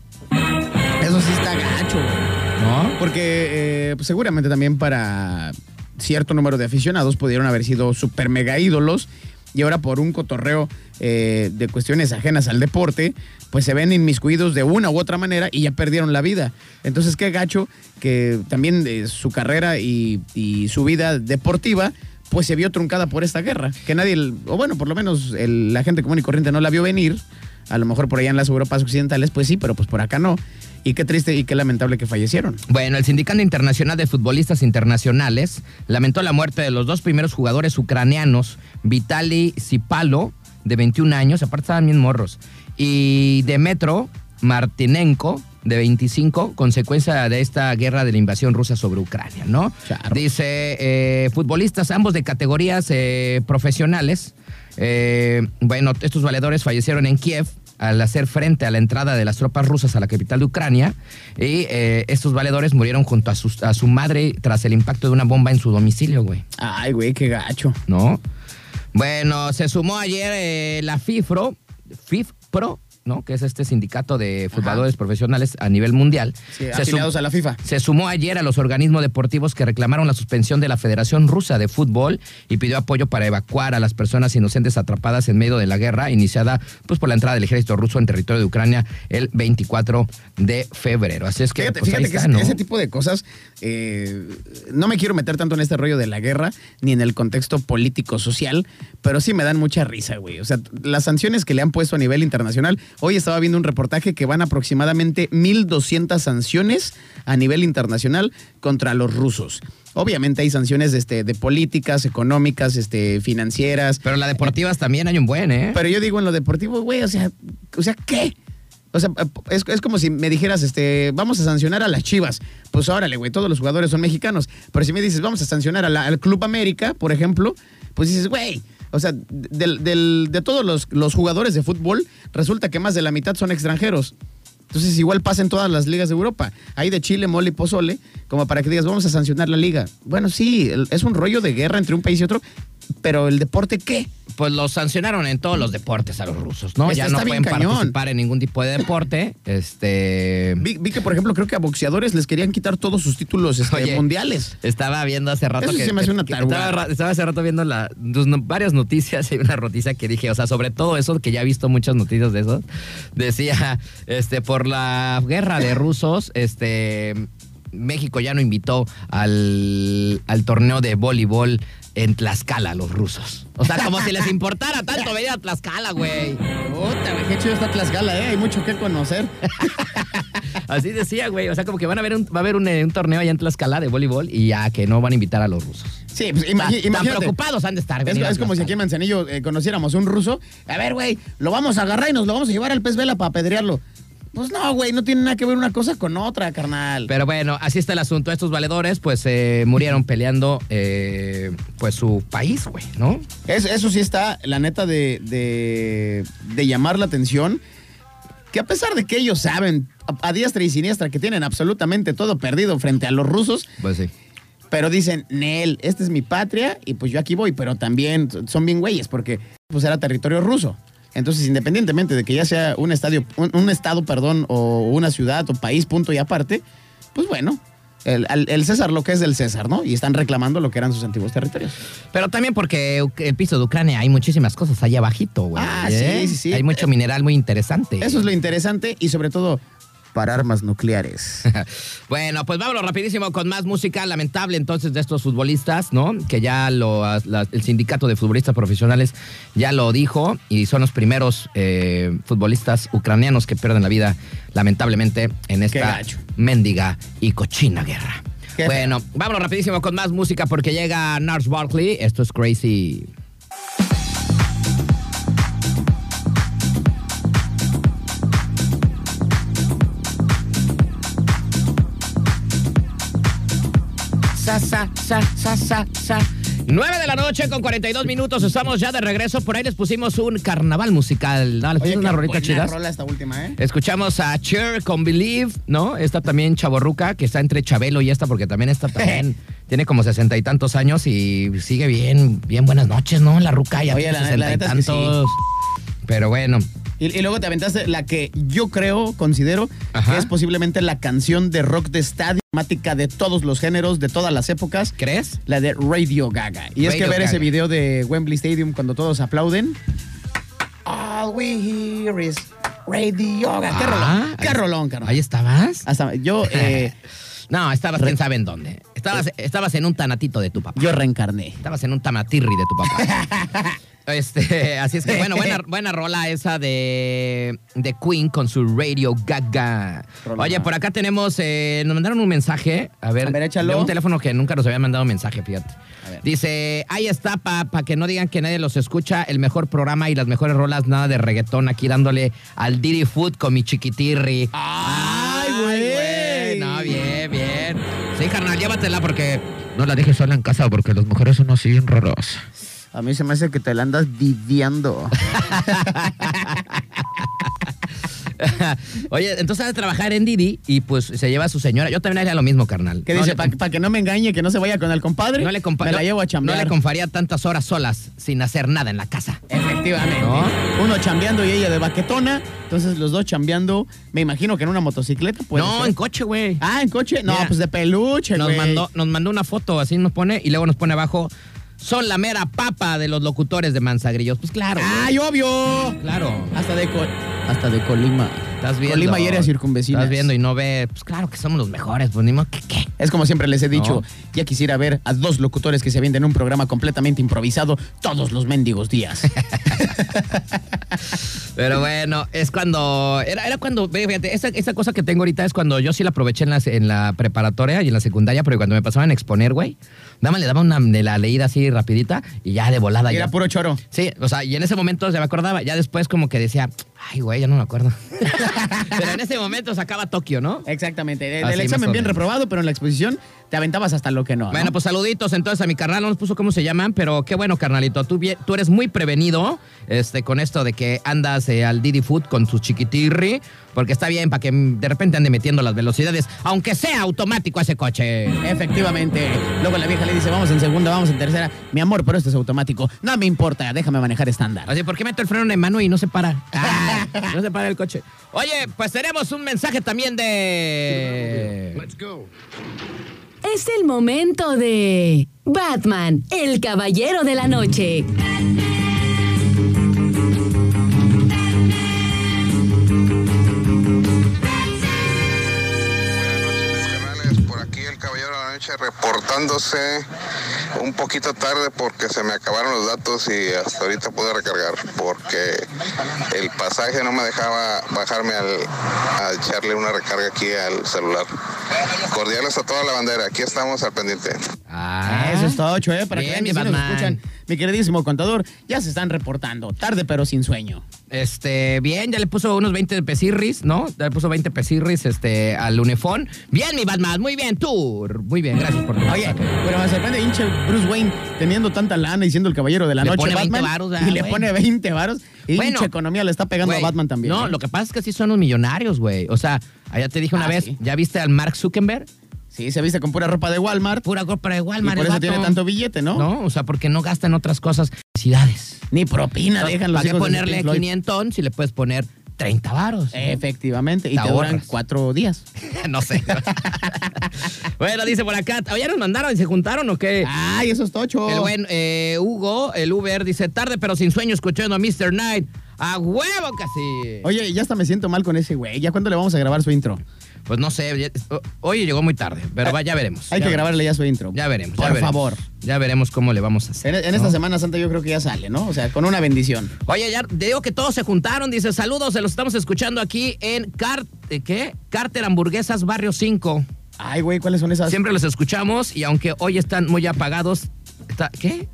S2: Eso sí está gacho, güey.
S1: ¿no?
S2: Porque eh, pues, seguramente también para cierto número de aficionados pudieron haber sido super mega ídolos y ahora por un cotorreo eh, de cuestiones ajenas al deporte, pues se ven inmiscuidos de una u otra manera y ya perdieron la vida. Entonces qué gacho que también eh, su carrera y, y su vida deportiva pues se vio truncada por esta guerra, que nadie, el- o bueno, por lo menos el- la gente común y corriente no la vio venir, a lo mejor por allá en las Europas occidentales pues sí, pero pues por acá no. Y qué triste y qué lamentable que fallecieron.
S1: Bueno, el Sindicato Internacional de Futbolistas Internacionales lamentó la muerte de los dos primeros jugadores ucranianos, Vitali Sipalo, de 21 años, aparte estaban bien morros, y Demetro Martinenko, de 25, consecuencia de esta guerra de la invasión rusa sobre Ucrania, ¿no?
S2: Claro.
S1: Dice, eh, futbolistas ambos de categorías eh, profesionales. Eh, bueno, estos valedores fallecieron en Kiev al hacer frente a la entrada de las tropas rusas a la capital de Ucrania y eh, estos valedores murieron junto a, sus- a su madre tras el impacto de una bomba en su domicilio, güey.
S2: Ay, güey, qué gacho.
S1: ¿no? Bueno, se sumó ayer eh, la FIFRO, FIFPRO, ¿no? Que es este sindicato de futboladores profesionales a nivel mundial.
S2: Sí,
S1: Se sum-
S2: afiliados a la FIFA.
S1: se sumó ayer a los organismos deportivos que reclamaron la suspensión de la Federación Rusa de Fútbol y pidió apoyo para evacuar a las personas inocentes atrapadas en medio de la guerra iniciada pues, por la entrada del ejército ruso en territorio de Ucrania el 24 de febrero. Así es que,
S2: Fíjate,
S1: pues, ahí
S2: fíjate que
S1: está,
S2: ese-
S1: ¿no?
S2: ese tipo de cosas, eh, no me quiero meter tanto en este rollo de la guerra, ni en el contexto político-social, pero sí me dan mucha risa, güey. O sea, las sanciones que le han puesto a nivel internacional, hoy estaba viendo un reportaje que van aproximadamente 1.200 sanciones a nivel internacional contra los rusos. Obviamente hay sanciones este, de políticas, económicas, este, financieras,
S1: Pero la deportivas también hay un buen, ¿eh?
S2: Pero yo digo en lo deportivo, güey, o sea, o sea, ¿qué? O sea, es, es como si me dijeras, este, vamos a sancionar a las Chivas. Pues órale, güey, todos los jugadores son mexicanos. Pero si me dices, vamos a sancionar a la- al Club América, por ejemplo, pues dices, güey, o sea, del- del- de todos los, los jugadores de fútbol, resulta que más de la mitad son extranjeros. Entonces igual pasa en todas las ligas de Europa. Ahí de Chile, mole y pozole, como para que digas, vamos a sancionar la liga. Bueno, sí, el- es un rollo de guerra entre un país y otro, pero el deporte, ¿qué?
S1: Pues los sancionaron en todos los deportes a los rusos, ¿no?
S2: Este
S1: ya no
S2: está
S1: pueden
S2: bien cañón.
S1: participar en ningún tipo de deporte. Este.
S2: Vi, vi que, por ejemplo, creo que a boxeadores les querían quitar todos sus títulos este,
S1: Oye,
S2: mundiales.
S1: Estaba viendo hace rato
S2: Eso
S1: que,
S2: se me hace
S1: que-
S2: una
S1: que
S2: tarugada.
S1: estaba, ra- estaba hace rato viendo la, pues, no- varias noticias y una noticia que dije, o sea, sobre todo eso, que ya he visto muchas noticias de eso. Decía, este, por la guerra de rusos, este, México ya no invitó al, al torneo de voleibol en Tlaxcala a los rusos. O sea, como si les importara tanto venir a Tlaxcala, güey.
S2: Puta, güey, qué chido está Tlaxcala, ¿eh? Hay mucho que conocer.
S1: Así decía, güey. O sea, como que van a haber un, va a haber un, eh, un torneo allá en Tlaxcala de voleibol y ya que no van a invitar a los rusos.
S2: Sí, pues imagi-
S1: Tan- tan
S2: imagínate.
S1: preocupados han de estar.
S2: Es,
S1: venir a
S2: es como si
S1: Tlaxcala.
S2: aquí en Manzanillo eh, conociéramos un ruso. A ver, güey, lo vamos a agarrar y nos lo vamos a llevar al pez vela para apedrearlo. Pues no, güey, no tiene nada que ver una cosa con otra, carnal.
S1: Pero bueno, así está el asunto. Estos valedores, pues, eh, murieron peleando, eh, pues, su país, güey, ¿no?
S2: Es- eso sí está, la neta, de, de- de llamar la atención. Que a pesar de que ellos saben a, a diestra y siniestra que tienen absolutamente todo perdido frente a los rusos,
S1: Pues sí.
S2: pero dicen, Nel, esta es mi patria y pues yo aquí voy, pero también son bien güeyes porque pues era territorio ruso. Entonces, independientemente de que ya sea un estadio, un, un estado, perdón, o una ciudad o país, punto y aparte, pues bueno, el, al- el César lo que es del César, ¿no? Y están reclamando lo que eran sus antiguos territorios.
S1: Pero también porque Uc- el piso de Ucrania hay muchísimas cosas allá abajito, güey.
S2: Ah,
S1: ¿eh?
S2: sí, sí, sí.
S1: Hay mucho mineral muy interesante.
S2: Eso es lo interesante y sobre todo para armas nucleares.
S1: Bueno, pues vámonos rapidísimo con más música lamentable entonces de estos futbolistas, ¿no? Que ya lo, la- el sindicato de futbolistas profesionales ya lo dijo y son los primeros eh, futbolistas ucranianos que pierden la vida lamentablemente en esta
S2: gacho.
S1: mendiga y cochina guerra.
S2: Qué
S1: bueno, vámonos rapidísimo con más música porque llega Nars Barkley. Esto es Crazy. Sa, sa, sa, sa, sa, sa. 9 de la noche con 42 minutos. Estamos ya de regreso. Por ahí les pusimos un carnaval musical. ¿no? Les pusimos unas rolitas chidas.
S2: rola esta última, ¿eh?
S1: Escuchamos a Cher con Believe, ¿no? Esta también chaborruca, que está entre Chabelo y esta, porque también esta también tiene como sesenta y tantos años y sigue bien, bien buenas noches, ¿no? La ruca ya
S2: Oye,
S1: tiene
S2: la- la
S1: sesenta y
S2: neta es que
S1: tantos. Pero bueno,
S2: Y, y luego te aventaste la que yo creo, considero,
S1: Ajá.
S2: que es posiblemente la canción de rock de estadio, temática de todos los géneros, de todas las épocas,
S1: ¿crees?
S2: la de Radio Gaga. Y es que
S1: Radio
S2: ver
S1: Gaga.
S2: ese video de Wembley Stadium cuando todos aplauden. All we hear is Radio Gaga. Qué rolón,
S1: Ah,
S2: qué
S1: ahí-
S2: rolón, Ah. carnal.
S1: Ahí estabas.
S2: Hasta yo, eh,
S1: No, estabas quién sabe en dónde. Estabas, estabas en un tanatito de tu papá.
S2: yo reencarné.
S1: Estabas en un tamatirri de tu papá. Este, así es que bueno, buena, buena rola esa de, de Queen con su Radio Gaga.
S2: Rolona.
S1: Oye, por acá tenemos, eh, nos mandaron un mensaje, a ver,
S2: A ver, échalo.
S1: de un teléfono que nunca nos habían mandado mensaje, fíjate. Dice, ahí está, para que no digan que nadie los escucha, el mejor programa y las mejores rolas, nada de reggaetón, aquí dándole al Diddy Food con mi chiquitirri.
S2: ¡Ay, güey!
S1: No, bien, bien. Sí, carnal, llévatela porque no la dejes sola en casa porque las mujeres son así bien raras.
S2: A mí se me hace que te la andas viviendo.
S1: Oye, entonces ha de trabajar en Didi y pues se lleva a su señora. Yo también haría lo mismo, carnal.
S2: ¿Qué
S1: No
S2: dice?
S1: le
S2: Para
S1: comp-
S2: que no me engañe, que no se vaya con el compadre.
S1: no le compa-
S2: Me la
S1: no-
S2: llevo a chambear.
S1: No le confaría tantas horas solas sin hacer nada en la casa.
S2: Efectivamente. Uno chambeando y ella de baquetona. Entonces los dos chambeando, me imagino que en una motocicleta. Puede
S1: no,
S2: ser.
S1: en coche, güey.
S2: Ah, en coche. No,
S1: Mira,
S2: pues de peluche,
S1: nos
S2: güey.
S1: mandó, nos mandó una foto, así nos pone, y luego nos pone abajo, son la mera papa de los locutores de Manzagrillos. Pues claro. güey.
S2: ¡Ay, obvio!
S1: Claro.
S2: Hasta de, Co- hasta de Colima.
S1: Estás viendo.
S2: Colima y áreas circunvecinas.
S1: Estás viendo y no ve. Pues claro que somos los mejores, pues ni modo que qué.
S2: Es como siempre les he dicho,
S1: No.
S2: ya quisiera ver a dos locutores que se venden un programa completamente improvisado todos los mendigos días.
S1: Pero bueno, es cuando. Era, era cuando. ve, Fíjate, esta, esta cosa que tengo ahorita es cuando yo sí la aproveché en la, en la preparatoria y en la secundaria, pero cuando me pasaban a exponer, güey, nada más le daba una de la leída así rapidita y ya de volada.
S2: Era
S1: ya.
S2: puro choro.
S1: Sí, o sea, y en ese momento se me acordaba. Ya después, como que decía, ay, güey, ya no me acuerdo. pero en ese momento sacaba Tokio, ¿no?
S2: Exactamente. El,
S1: Así más
S2: el
S1: o
S2: examen bien
S1: menos.
S2: reprobado, pero en la exposición te aventabas hasta lo que Ah, no. ¿no?
S1: Bueno, pues saluditos entonces a mi carnal, no nos puso cómo se llaman, pero qué bueno, carnalito. Tú, bien- tú eres muy prevenido este, con esto de que andas eh, al Didi Food con sus chiquitirri, porque está bien para que mm, de repente ande metiendo las velocidades, aunque sea automático ese coche.
S2: Efectivamente. Luego la vieja le dice, vamos en segunda, vamos en tercera. Mi amor, pero esto es automático. No me importa, déjame manejar estándar.
S1: Así, ¿por qué meto el freno en mano y no se para? Ah, no se para el coche. Oye, pues tenemos un mensaje también de...
S5: Es el momento de Batman, el Caballero de la Noche.
S6: Buenas carnales, por aquí el caballero de la noche reportándose un poquito tarde porque se me acabaron los datos y hasta ahorita pude recargar porque el pasaje no me dejaba bajarme al, a echarle una recarga aquí al celular. Cordiales a toda la bandera, aquí estamos al pendiente.
S1: Ah,
S2: Eso es todo, Chue, para que
S1: bien,
S2: vean
S1: mi
S2: mis vecinos
S1: Batman.
S2: escuchan. Mi queridísimo contador, ya se están reportando. Tarde pero sin sueño.
S1: Este, bien, ya le puso unos 20 pesirris, ¿no? Ya le puso 20 pesirris este, al unifón. Bien, mi Batman, muy bien, tú. Muy bien, gracias por tu
S2: Oye,
S1: mensaje.
S2: pero me sorprende hinche Bruce Wayne teniendo tanta lana y siendo el caballero de la
S1: Le
S2: noche
S1: pone 20
S2: Batman,
S1: varos, ah,
S2: y le
S1: güey.
S2: pone 20 varos y
S1: Bueno.
S2: hinche economía le está pegando
S1: Güey,
S2: a Batman también. ¿eh?
S1: No, lo que pasa es que sí son los millonarios, güey. O sea, allá te dije una
S2: Ah,
S1: vez,
S2: sí.
S1: ¿ya viste al Mark Zuckerberg?
S2: Sí, se viste con pura ropa de Walmart
S1: Pura compra de Walmart.
S2: y por
S1: el
S2: eso
S1: vato.
S2: tiene tanto billete, ¿no?
S1: No, o sea, porque no gasta en otras cosas. Necesidades.
S2: Ni propina dejan los
S1: ¿Para qué
S2: hijos de
S1: ponerle
S2: Pink Floyd.
S1: 500 si le puedes poner 30 varos?
S2: Efectivamente, y
S1: Te
S2: te duran
S1: ahorras.
S2: cuatro días.
S1: no sé. bueno, dice por acá, ¿ya nos mandaron y se juntaron o qué?
S2: ¡Ay, eso es tocho!
S1: El buen eh, Hugo, el Uber, dice tarde pero sin sueño escuchando a Mr. Knight. ¡A huevo casi!
S2: Oye, ya hasta me siento mal con ese güey. ¿Ya cuándo le vamos a grabar su intro?
S1: Pues no sé, ya- o- hoy llegó muy tarde, pero va, ya veremos.
S2: Hay
S1: ya
S2: que
S1: veremos.
S2: grabarle ya su intro.
S1: Ya veremos.
S2: Por
S1: ya veremos.
S2: favor.
S1: Ya veremos cómo le vamos a hacer.
S2: En, en esta
S1: ¿no?
S2: Semana Santa yo creo que ya sale, ¿no? O sea, con una bendición.
S1: Oye, ya te digo que todos se juntaron. Dice, saludos, se los estamos escuchando aquí en Car eh, ¿qué? Carter Hamburguesas Barrio 5.
S2: Ay, güey, ¿cuáles son esas?
S1: Siempre los escuchamos y aunque hoy están muy apagados, está- ¿qué?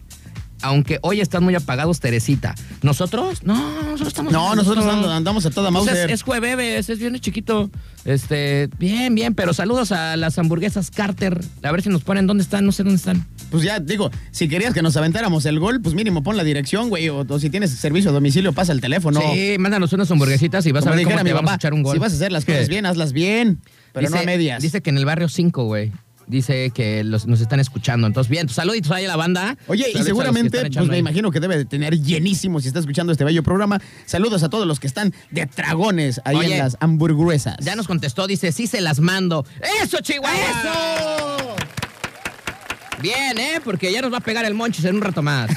S1: Aunque hoy están muy apagados, Teresita. ¿Nosotros? No, nosotros estamos...
S2: No, nosotros and- andamos a toda
S1: Pues
S2: Mauser.
S1: es, es jueves, es viernes chiquito. Este, bien, bien, pero saludos a las hamburguesas Carter. A ver si nos ponen dónde están, no sé dónde están.
S2: Pues ya, digo, si querías que nos aventáramos el gol, pues mínimo pon la dirección, güey. O, o si tienes servicio a domicilio, pasa el teléfono.
S1: Sí, mándanos unas hamburguesitas y vas
S2: Como
S1: a ver cómo te
S2: dijera mi
S1: vamos a
S2: papá,
S1: echar un gol.
S2: Si vas a hacer las cosas
S1: Sí.
S2: bien, hazlas bien. Pero no a
S1: Dice-
S2: medias.
S1: Dice que en el barrio 5, güey. Dice que los- nos están escuchando. Entonces, bien, tus saluditos ahí a la banda.
S2: Oye,
S1: Saluditos a
S2: y
S1: los que
S2: seguramente,
S1: están
S2: pues
S1: echando
S2: me
S1: ahí.
S2: imagino que debe de tener llenísimo si está escuchando este bello programa. Saludos a todos los que están de tragones ahí
S1: Oye,
S2: en las hamburguesas.
S1: Ya nos contestó, dice, sí se las mando. ¡Eso, Chihuahua! Ah.
S2: ¡Eso!
S1: Bien, ¿eh? Porque ya nos va a pegar el monchis en un rato más.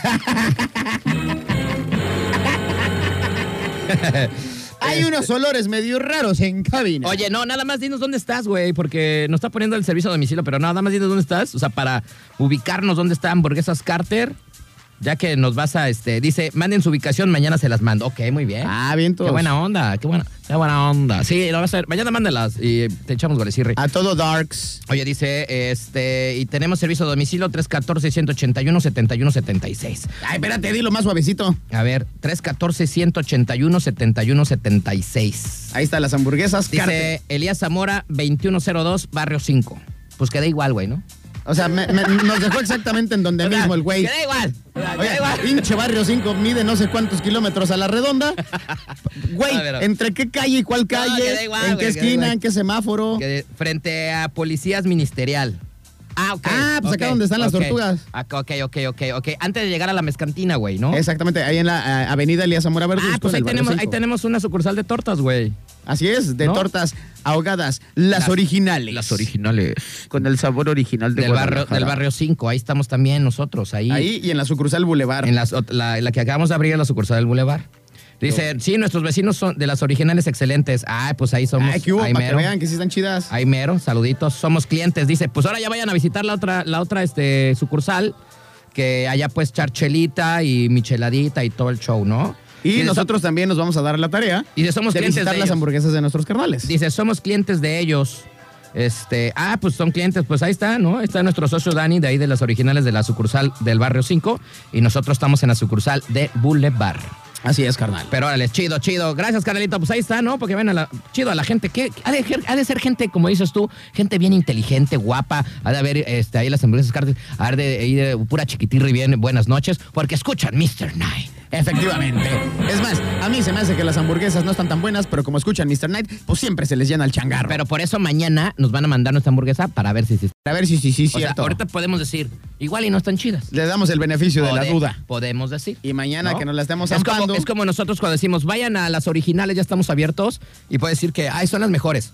S2: Hay unos olores medio raros en cabina.
S1: Este- Oye, no, nada más dinos dónde estás, güey, porque nos está poniendo el servicio a domicilio, pero nada más dinos dónde estás, o sea, para ubicarnos dónde está Hamburguesas Carter, ya que nos vas a, este, dice, manden su ubicación, mañana se las mando. Ok, muy bien.
S2: Ah, bien, todos.
S1: Qué buena onda, qué buena, qué buena onda. Sí, lo vas a ver, mañana mándalas y te echamos goles, Irri.
S2: A todo darks.
S1: Oye, dice, este, y tenemos servicio a domicilio 314-181-7176.
S2: Ay, espérate, dilo más suavecito.
S1: A ver, 314-181-7176.
S2: Ahí están las hamburguesas. Carter.
S1: Dice Elías Zamora, 2102, barrio 5. Pues queda igual, güey, ¿no?
S2: O sea, me- me- nos dejó exactamente en donde
S1: O sea,
S2: mismo el güey.
S1: Queda igual. O sea,
S2: Oye,
S1: queda igual.
S2: pinche barrio 5 mide no sé cuántos kilómetros a la redonda. Güey,
S1: A ver, a ver.
S2: ¿entre qué calle y cuál calle?
S1: queda igual,
S2: ¿En
S1: güey,
S2: qué
S1: queda igual.
S2: esquina? ¿En qué semáforo?
S1: Que- Frente a policías ministerial. Ah, ok.
S2: Ah, pues acá
S1: ok,
S2: donde están las
S1: ok.
S2: tortugas.
S1: Acá, ok, ok, ok, ok. Antes de llegar a la mezcantina, güey, ¿no?
S2: Exactamente, ahí en la eh, avenida Elías Zamora Verdes.
S1: Ah, pues
S2: con
S1: ahí
S2: el barrio
S1: tenemos, ahí
S2: cinco.
S1: tenemos una sucursal de tortas, güey.
S2: Así es, de
S1: ¿No?
S2: tortas ahogadas, las, originales.
S1: originales.
S2: Con el sabor original
S1: Del barrio, del barrio 5, ahí estamos también nosotros, ahí.
S2: Ahí y en la sucursal Boulevard.
S1: En las ot- la, la que acabamos de abrir en la sucursal del Boulevard. Dice, sí, nuestros vecinos son de las originales excelentes. Ah, pues ahí somos.
S2: Ay, que hubo,
S1: ahí
S2: para que
S1: mero.
S2: vean que sí están chidas.
S1: Ahí mero, saluditos. Somos clientes. Dice, pues ahora ya vayan a visitar la otra, la otra este, sucursal, que allá pues charchelita y micheladita y todo el show, ¿no?
S2: Y
S1: Dice,
S2: nosotros también nos vamos a dar la tarea
S1: Y de somos
S2: de
S1: clientes
S2: visitar
S1: de
S2: las
S1: ellos.
S2: hamburguesas de nuestros carnales.
S1: so- dice, somos clientes de ellos. Este, ah, pues son clientes, pues ahí está, ¿no? Ahí Está nuestro socio Dani, de ahí de las originales de la sucursal del barrio 5, y nosotros estamos en la sucursal de Boulevard.
S2: Así es, carnal.
S1: Pero órale, chido, chido. Gracias, Carnalito. Pues ahí está, ¿no? Porque ven a la, chido a la gente. que ha, de, jer- ha de ser gente, como dices tú, gente bien inteligente, guapa. Ha de haber este, ahí las hamburguesas Cartel. Ha de ir eh, pura chiquitirri bien, buenas noches. Porque escuchan Mr. Night.
S2: Efectivamente. Es más, a mí se me hace que las hamburguesas no están tan buenas, pero como escuchan Mr. Knight, pues siempre se les llena el changarro.
S1: Pero por eso mañana nos van a mandar nuestra hamburguesa para ver si... si
S2: a ver si sí, sí,
S1: o sea,
S2: cierto.
S1: ahorita podemos decir, igual y no están chidas.
S2: Le damos el beneficio de la
S1: Pode-
S2: duda.
S1: Podemos decir.
S2: Y mañana que nos la estemos
S1: es como,
S2: zampando.
S1: es como nosotros cuando decimos, vayan a las originales, ya estamos abiertos. Y puedes decir que, ay, son las mejores.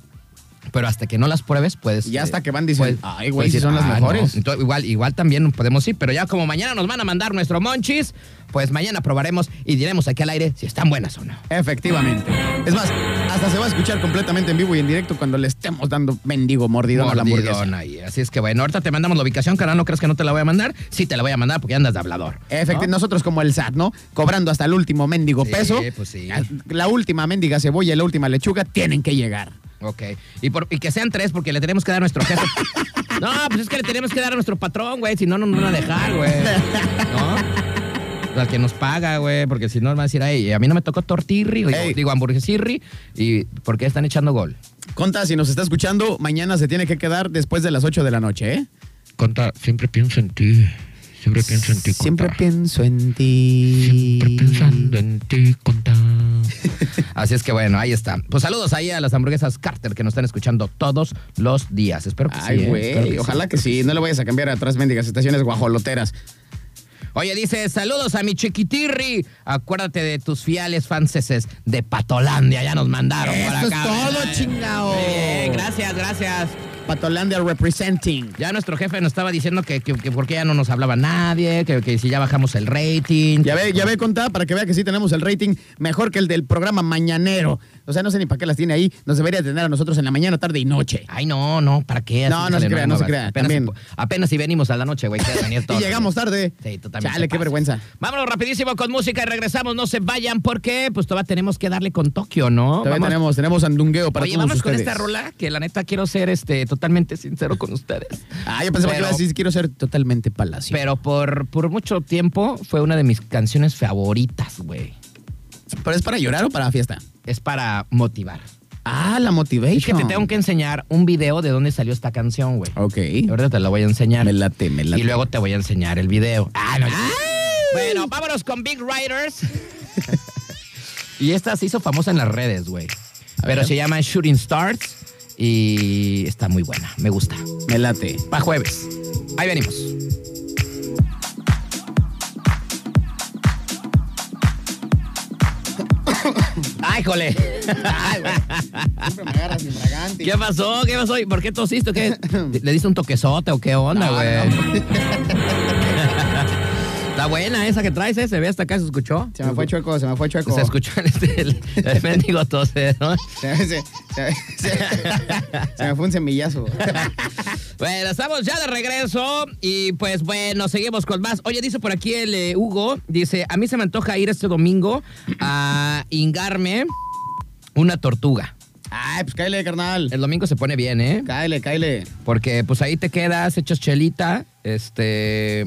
S1: Pero hasta que no las pruebes, puedes.
S2: Y hasta
S1: eh,
S2: que van diciendo,
S1: puedes-
S2: "Ay, güey,
S1: puedes "Ah,
S2: sí son las mejores".
S1: no. Entonces, igual, igual también podemos ir, pero ya como mañana nos van a mandar nuestro monchis, pues mañana probaremos y diremos aquí al aire si están buenas o no.
S2: Efectivamente. Es más, hasta se va a escuchar completamente en vivo y en directo cuando le estemos dando mendigo mordidón a la hamburguesa.
S1: Mordidona y así es que bueno, ahorita te mandamos la ubicación, carnal, no crees que no te la voy a mandar. Sí, te la voy a mandar porque andas de hablador.
S2: Efectivamente, nosotros como el SAT, ¿no? Cobrando hasta el último mendigo
S1: Sí,
S2: peso.
S1: pues sí.
S2: La última mendiga cebolla y la última lechuga tienen que llegar.
S1: Ok. Y, por, y que sean tres porque le tenemos que dar a nuestro jefe. no, pues es que le tenemos que dar a nuestro patrón, güey. Si no, no nos van a dejar, güey. ¿No? Pues Al que nos paga, güey. Porque si no, nos van a decir, ay, a mí no me tocó tortirri, digo,
S2: Ey.
S1: digo hamburguesirri. ¿Y por qué están echando gol?
S2: Conta, si nos está escuchando, mañana se tiene que quedar después de las 8 de la noche, ¿eh?
S7: Conta, siempre pienso en ti. Siempre pienso en ti, Conta.
S2: Siempre pienso en ti.
S7: Siempre pensando en ti, Conta.
S1: Así es que bueno, ahí está. Pues saludos ahí a las hamburguesas Carter que nos están escuchando todos los días. Espero que sí,
S2: Ay,
S1: ¿eh?
S2: güey.
S1: Espero que sí.
S2: ojalá que sí. No le vayas a cambiar atrás mendigas estaciones guajoloteras.
S1: Oye, dice, saludos a mi chiquitirri. Acuérdate de tus fieles fanseses de Patolandia. Ya nos mandaron por
S2: Eso es
S1: acá,
S2: todo,
S1: ¿verdad?
S2: chingao.
S1: Muy bien, gracias, gracias.
S2: Patolandia representing.
S1: Ya nuestro jefe nos estaba diciendo que, que, que por qué ya no nos hablaba nadie, que, que si ya bajamos el rating.
S2: Ya ve, ya ve, contá, para que vea que sí tenemos el rating mejor que el del programa Mañanero. O sea, no sé ni para qué las tiene ahí. Nos debería tener a nosotros en la mañana, tarde y noche.
S1: Ay, no, no, ¿para qué? Así
S2: No, no se
S1: le-
S2: crea, no se
S1: va.
S2: crea,
S1: Apenas,
S2: también.
S1: si- apenas si venimos a la noche, güey. que venir
S2: Y
S1: todos.
S2: llegamos tarde.
S1: Sí, tú también
S2: Chale,
S1: te
S2: qué
S1: pasas.
S2: vergüenza.
S1: Vámonos rapidísimo con música y regresamos. No se vayan porque pues todavía tenemos que darle con Tokio, ¿no?
S2: Todavía
S1: Vamos-
S2: tenemos, tenemos andungueo para
S1: Oye,
S2: todos
S1: vamos
S2: ustedes.
S1: con esta rola que la neta quiero ser este totalmente sincero con ustedes.
S2: Ah, yo pensaba que
S1: Pero-
S2: iba a decir, quiero ser totalmente palacio.
S1: Pero por, por mucho tiempo fue una de mis canciones favoritas, güey.
S2: ¿Pero es para llorar o para fiesta?
S1: Es para motivar.
S2: Ah, la motivation.
S1: Es que te tengo que enseñar un video de dónde salió esta canción, güey.
S2: Ok.
S1: Ahorita te la voy a enseñar.
S2: Me late, me late.
S1: Y luego te voy a enseñar el video. Ah, no. Bueno, vámonos con Big Riders. y esta se hizo famosa en las redes, güey. Pero
S2: ver.
S1: se llama Shooting Stars y está muy buena. Me gusta.
S2: Me late.
S1: Para jueves. Ahí venimos. ¡Ay, jole!
S2: Siempre me agarras mi fragante.
S1: ¿Qué pasó? ¿Qué pasó? ¿Y ¿Por qué tosiste? o ¿Qué? ¿Le diste un toquezote o qué onda,
S2: No,
S1: güey?
S2: no.
S1: Está buena esa que traes, ¿eh? Se ve hasta acá, ¿se escuchó?
S2: Se me fue chueco, se me fue chueco.
S1: Se escuchó el, este, el, el mendigo tose, ¿no?
S2: Se, se- se- se- se me fue un semillazo.
S1: Bueno, estamos ya de regreso y pues bueno, seguimos con más. Oye, dice por aquí el eh, Hugo, dice, a mí se me antoja ir este domingo a hingarme una tortuga.
S2: Ay, pues cáele, carnal.
S1: El domingo se pone bien, ¿eh?
S2: Cáele, cáele.
S1: Porque pues ahí te quedas, echas chelita, este...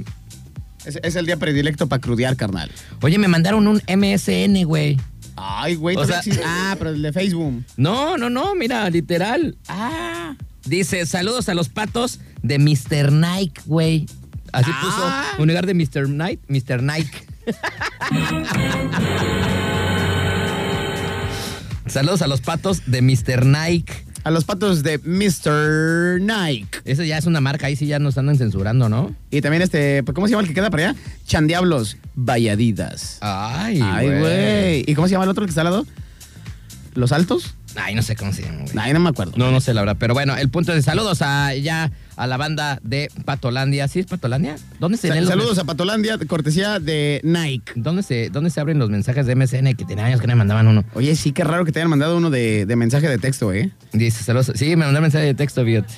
S2: Es, es el día predilecto para crudear, carnal.
S1: Oye, me mandaron un MSN, güey.
S2: Ay, güey.
S1: O
S2: todavía
S1: sea-
S2: existe- ah, pero el de Facebook.
S1: No, no, no, mira, literal. Ah. Dice, saludos a los patos de Mr. Nike, güey. Así
S2: Ah.
S1: puso un lugar de Mr. Nike, Mr. Nike. saludos a los patos de Mr. Nike.
S2: A los patos de Mr. Nike.
S1: Esa ya es una marca, ahí sí ya nos andan censurando, ¿no?
S2: Y también este, pues, ¿cómo se llama el que queda para allá? Chandiablos, Valladidas.
S1: Ay,
S2: Ay, güey. ¿Y cómo se llama el otro que está al lado? ¿Los Altos?
S1: Ay, no sé cómo se llama, güey.
S2: Ay, no me acuerdo.
S1: No, no sé la verdad. Pero bueno, el punto es de saludos a ya a la banda de Patolandia. ¿Sí es Patolandia? ¿Dónde se
S2: Sa-
S1: leen los
S2: saludos a Patolandia, cortesía de Nike.
S1: ¿Dónde se, ¿Dónde se abren los mensajes de MSN que tenía años que no me mandaban uno?
S2: Oye, sí, qué raro que te hayan mandado uno de, de mensaje de texto, ¿eh?
S1: Dice, saludos. Sí, me mandaron mensaje de texto, fíjate.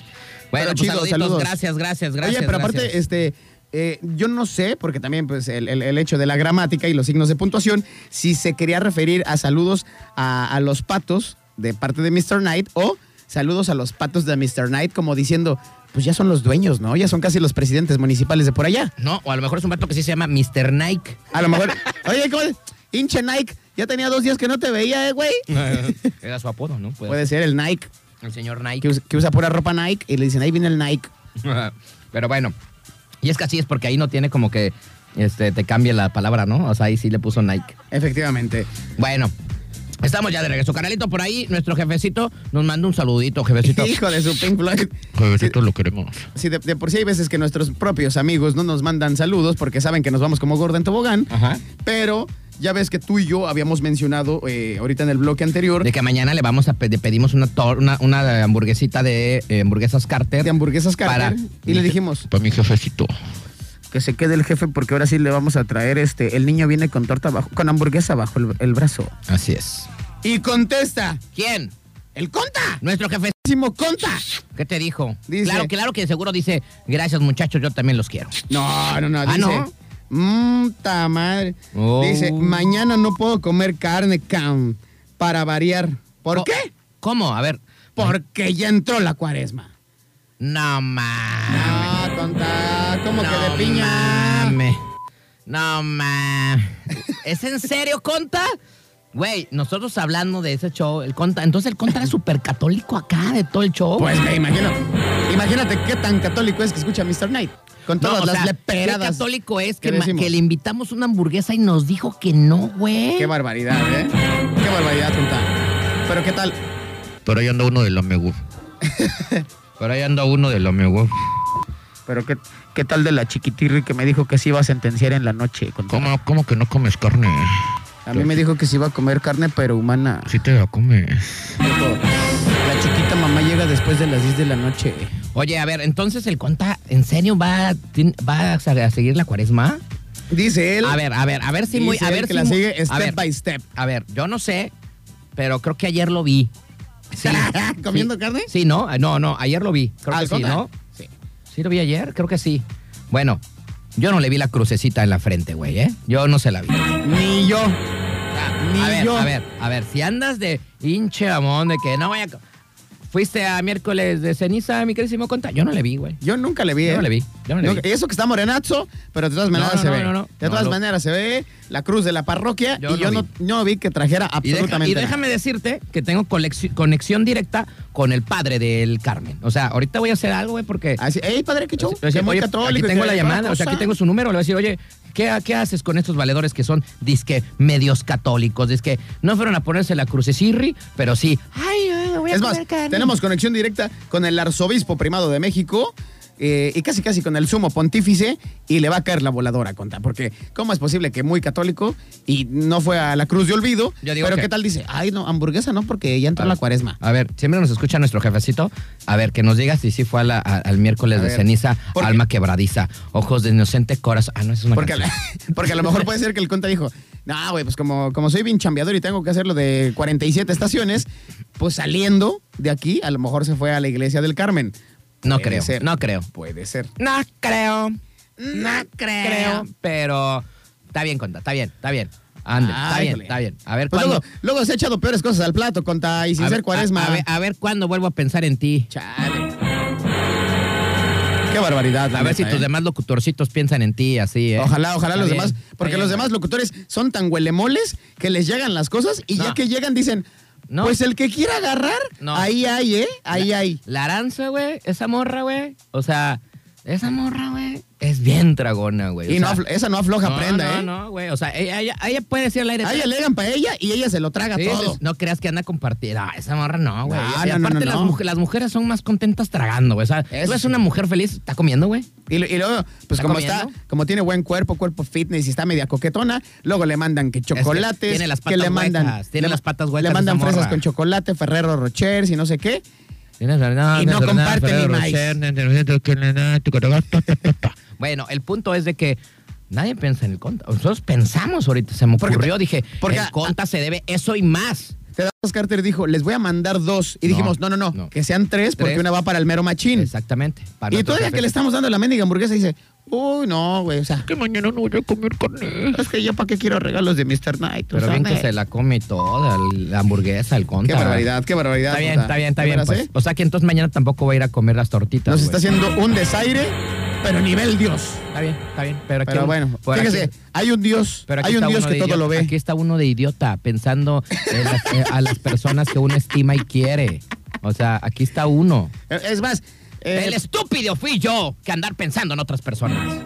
S1: Bueno,
S2: Pero
S1: pues
S2: chido,
S1: saluditos,
S2: saludos.
S1: gracias, gracias, gracias.
S2: Oye, pero aparte,
S1: gracias.
S2: este, eh, yo no sé, porque también pues el, el- el hecho de la gramática y los signos de puntuación, si se quería referir a saludos a, a los patos de parte de Mr. Knight o saludos a los patos de Mr. Knight como diciendo, pues ya son los dueños, ¿no? Ya son casi los presidentes municipales de por allá.
S1: No, o a lo mejor es un vato que sí se llama Mr. Nike.
S2: A lo mejor, oye, ¿cómo? Hinche Nike, ya tenía dos días que no te veía, eh, güey.
S1: Era su apodo, ¿no? Puede-
S2: Puede ser el Nike,
S1: El señor
S2: que
S1: Nike.
S2: usa, que usa pura ropa Nike y le dicen, ahí viene el Nike.
S1: Pero bueno, y es que así es porque ahí no tiene como que este, te cambie la palabra, ¿no? O sea, ahí sí le puso Nike.
S2: Efectivamente.
S1: Bueno, estamos ya de regreso. Canalito, por ahí nuestro jefecito nos manda un saludito, jefecito.
S2: Hijo de su Pink Floyd.
S7: Jevecito, lo queremos.
S2: Sí, de, de por sí hay veces que nuestros propios amigos no nos mandan saludos porque saben que nos vamos como gorda en tobogán.
S1: Ajá.
S2: Pero ya ves que tú y yo habíamos mencionado eh, ahorita en el bloque anterior
S1: De
S2: de,
S1: que mañana le vamos a pe- le pedimos una, tor- una, una hamburguesita de eh, hamburguesas Carter.
S2: hamburguesas Carter.
S1: Para-
S2: Y le dijimos
S7: Para mi jefecito.
S2: que se quede el jefe porque ahora sí le vamos a traer este. El niño viene con torta bajo, con hamburguesa bajo el, el brazo.
S1: Así es.
S2: Y contesta
S1: ¿Quién?
S2: el conta.
S1: Nuestro jefe.
S2: ¡Muchísimo conta!
S1: ¿Qué te dijo?
S2: Dice-
S1: claro, claro que seguro dice, gracias muchachos, yo también los quiero.
S2: No, Ah, no, no. Dice,
S1: no?
S2: Mmm, ta madre.
S1: Oh.
S2: Dice, mañana no puedo comer carne, cam. Para variar. ¿Por
S1: Co-
S2: qué?
S1: ¿Cómo? A ver.
S2: Porque ya entró la cuaresma.
S1: No mames.
S2: Ah, conta, como
S1: no
S2: que de piña.
S1: mames. No mames. ¿Es en serio, Conta? Güey, nosotros hablando de ese show, el Conta, entonces el Conta era súper católico acá de todo el show.
S2: Pues me imagino. Imagínate qué tan católico es que escucha Mr. Knight. Con
S1: No,
S2: todas
S1: o
S2: las
S1: sea,
S2: leperadas.
S1: Qué católico es
S2: que
S1: que, ma-
S2: decimos.
S1: que le invitamos una hamburguesa y nos dijo que no, güey.
S2: Qué barbaridad, ¿eh? Qué barbaridad, conta. Pero qué tal.
S7: Pero ahí anda uno del amigo. Pero ahí anda uno del amigo.
S2: Pero qué, qué tal de la chiquitirri que me dijo que se iba a sentenciar en la noche. Conta?
S7: ¿Cómo, cómo que no comes carne?
S2: A mí me dijo que se iba a comer carne, pero humana.
S7: Sí te la comes.
S2: Dijo, La chiquita mamá llega después de las 10 de la noche.
S1: Oye, a ver, entonces el Conta, ¿en serio va, a- tin- va a sa- a seguir la cuaresma?
S2: Dice él.
S1: A ver, a ver, a ver si muy.
S2: dice
S1: A
S2: él
S1: ver
S2: que
S1: si
S2: la
S1: muy-
S2: sigue
S1: a
S2: step
S1: ver,
S2: by step.
S1: A ver, yo no sé, pero creo que ayer lo vi. Sí.
S2: ¿Comiendo
S1: Sí.
S2: carne?
S1: Sí, no, no, no, ayer lo vi. Creo
S2: Ah,
S1: que
S2: ¿el
S1: sí,
S2: Conta?
S1: ¿no? Sí. ¿Sí lo vi ayer? Creo que sí. Bueno, yo no le vi la crucecita en la frente, güey, ¿eh? Yo no se la vi.
S2: Ni yo. Ni
S1: a ver,
S2: yo.
S1: a ver, a ver, si andas de hinche amón, de que no vaya. co- Fuiste a miércoles de ceniza, mi querísimo conta. Yo no le vi, güey.
S2: Yo nunca le vi.
S1: Yo
S2: ¿eh?
S1: no le vi, yo no le
S2: Nunca-
S1: vi.
S2: Y eso que está morenazo, pero de todas maneras
S1: no,
S2: se
S1: no,
S2: ve.
S1: no, no.
S2: De
S1: No,
S2: todas
S1: lo-
S2: maneras se ve la cruz de la parroquia
S1: Yo
S2: y
S1: no
S2: yo no,
S1: vi.
S2: no vi que trajera
S1: Y, deja-
S2: absolutamente
S1: y déjame decirte que tengo colexi- conexión directa con el padre del Carmen. O sea, ahorita voy a hacer algo, güey, porque.
S2: nada. Así, ¡Ey, padre, qué show!
S1: Yo decía,
S2: que muy
S1: oye,
S2: católico
S1: aquí
S2: y
S1: tengo
S2: que
S1: la
S2: toda
S1: llamada, o sea,
S2: cosa.
S1: aquí tengo su número. Le voy a decir, oye, ¿qué, qué haces con estos valedores que son disque medios católicos? Disque no fueron a ponerse la crucecirri, pero sí. Ay, ay, me voy a
S2: Es más,
S1: comer carne.
S2: tenemos conexión directa con el arzobispo primado de México eh, y casi casi con el sumo pontífice y le va a caer la voladora, conta. Porque, ¿cómo es posible que muy católico y no fue a la cruz de olvido?
S1: Yo digo
S2: pero,
S1: que-
S2: ¿qué tal dice? Ay, no, hamburguesa no, porque ya entró la cuaresma.
S1: A ver, siempre nos escucha nuestro jefecito. A ver, que nos diga si sí fue a la- a- al miércoles
S2: A
S1: de
S2: ver,
S1: ceniza,
S2: ¿por qué?
S1: alma quebradiza, ojos de inocente, corazón. Ah, no, eso es una
S2: Porque,
S1: canción.
S2: porque a lo mejor puede ser que el conta dijo, no, güey, pues como, como soy bien chambeador y tengo que hacerlo de 47 estaciones, pues saliendo de aquí, a lo mejor se fue a la iglesia del Carmen.
S1: No
S2: Puede
S1: creo,
S2: ser.
S1: no creo.
S2: Puede ser.
S1: No creo. No creo. Pero está bien, conta, está bien, está bien. Ande,
S2: Ah,
S1: está bien,
S2: híjole.
S1: está bien. A ver,
S2: Pues
S1: ¿cuándo?
S2: luego, luego se ha echado peores cosas al plato, conta, y sin
S1: a ver,
S2: ser cuaresma.
S1: A, a ver, a ver cuándo vuelvo a pensar en ti.
S2: Chale. Qué barbaridad. la
S1: A ver si
S2: neta,
S1: tus
S2: ¿eh?
S1: demás locutorcitos piensan en ti, así, ¿eh?
S2: Ojalá, ojalá
S1: Está
S2: los
S1: bien,
S2: demás.
S1: está
S2: Porque
S1: bien,
S2: los
S1: güey.
S2: demás locutores son tan huelemoles que les llegan las cosas y
S1: No.
S2: ya que llegan dicen,
S1: No.
S2: pues el que quiera agarrar,
S1: No.
S2: ahí hay, ¿eh? Ahí hay.
S1: La aranza, güey, esa morra, güey. O sea, esa morra, güey, es bien dragona, güey. O
S2: Y no
S1: sea,
S2: aflo- esa no afloja prenda,
S1: no,
S2: ¿eh?
S1: No, güey. O sea, ella, ella- ella puede decir al aire.
S2: Ahí alegan para ella y ella se lo traga
S1: Sí,
S2: todo.
S1: sí, no creas que anda compartida. No, esa morra no, güey.
S2: No,
S1: y
S2: no, no,
S1: aparte,
S2: no,
S1: las,
S2: no.
S1: mujer- las mujeres son más contentas tragando, güey. O sea,
S2: Eso
S1: tú eres
S2: sí.
S1: una mujer feliz, está comiendo, güey.
S2: Y, lo- y luego, pues
S1: ¿Está
S2: como
S1: comiendo?
S2: está, como tiene buen cuerpo, cuerpo fitness y está media coquetona, luego le mandan que chocolates,
S1: tiene las
S2: que le
S1: patas
S2: mandan,
S1: huecas, tiene
S2: le-
S1: las patas huecas
S2: le mandan
S1: esa
S2: fresas
S1: morra.
S2: con chocolate, Ferrero Rocher, y no sé qué.
S1: Tienes verdad,
S2: Y no
S1: tienes verdad,
S2: comparte
S1: Ferrero
S2: ni maíz.
S1: Rocher. Bueno, el punto es de que nadie piensa en el conta. Nosotros pensamos ahorita, se me
S2: Porque-
S1: ocurrió, dije,
S2: porque-
S1: el conta se debe eso y más.
S2: Te das Carter dijo, les voy a mandar dos. Y
S1: No,
S2: dijimos, no, no, no,
S1: no.
S2: que sean tres porque
S1: Tres. Ah,
S2: una va para el mero machín.
S1: Exactamente. para
S2: Y
S1: nuestro
S2: todavía que
S1: jefe.
S2: le estamos dando la mendiga hamburguesa, dice, uy, no, güey, o sea,
S7: Que mañana no voy a comer carne.
S2: es que yo para qué quiero regalos de Mr. Knight. o
S1: Pero
S2: sea,
S1: bien que
S2: me-
S1: se la come toda, la hamburguesa, el conta.
S2: Qué barbaridad, qué barbaridad.
S1: Está bien,
S2: puta.
S1: está bien, está
S2: ¿De
S1: bien.
S2: veras,
S1: pues.
S2: eh?
S1: O sea que entonces mañana tampoco voy a ir a comer las tortitas.
S2: Nos
S1: güey.
S2: está haciendo un desaire pero nivel Dios.
S1: Está bien, está bien. Pero, aquí
S2: Pero
S1: un-
S2: bueno,
S1: por aquí-
S2: fíjese, hay un Dios,
S1: pero aquí
S2: hay un
S1: está
S2: Dios
S1: uno
S2: que
S1: de
S2: todo
S1: idiota.
S2: lo ve.
S1: Aquí está uno de idiota pensando en las- eh, a las personas que uno estima y quiere. O sea, aquí está uno.
S2: Eh, Es más, eh,
S1: El estúpido fui yo que andar pensando en otras personas.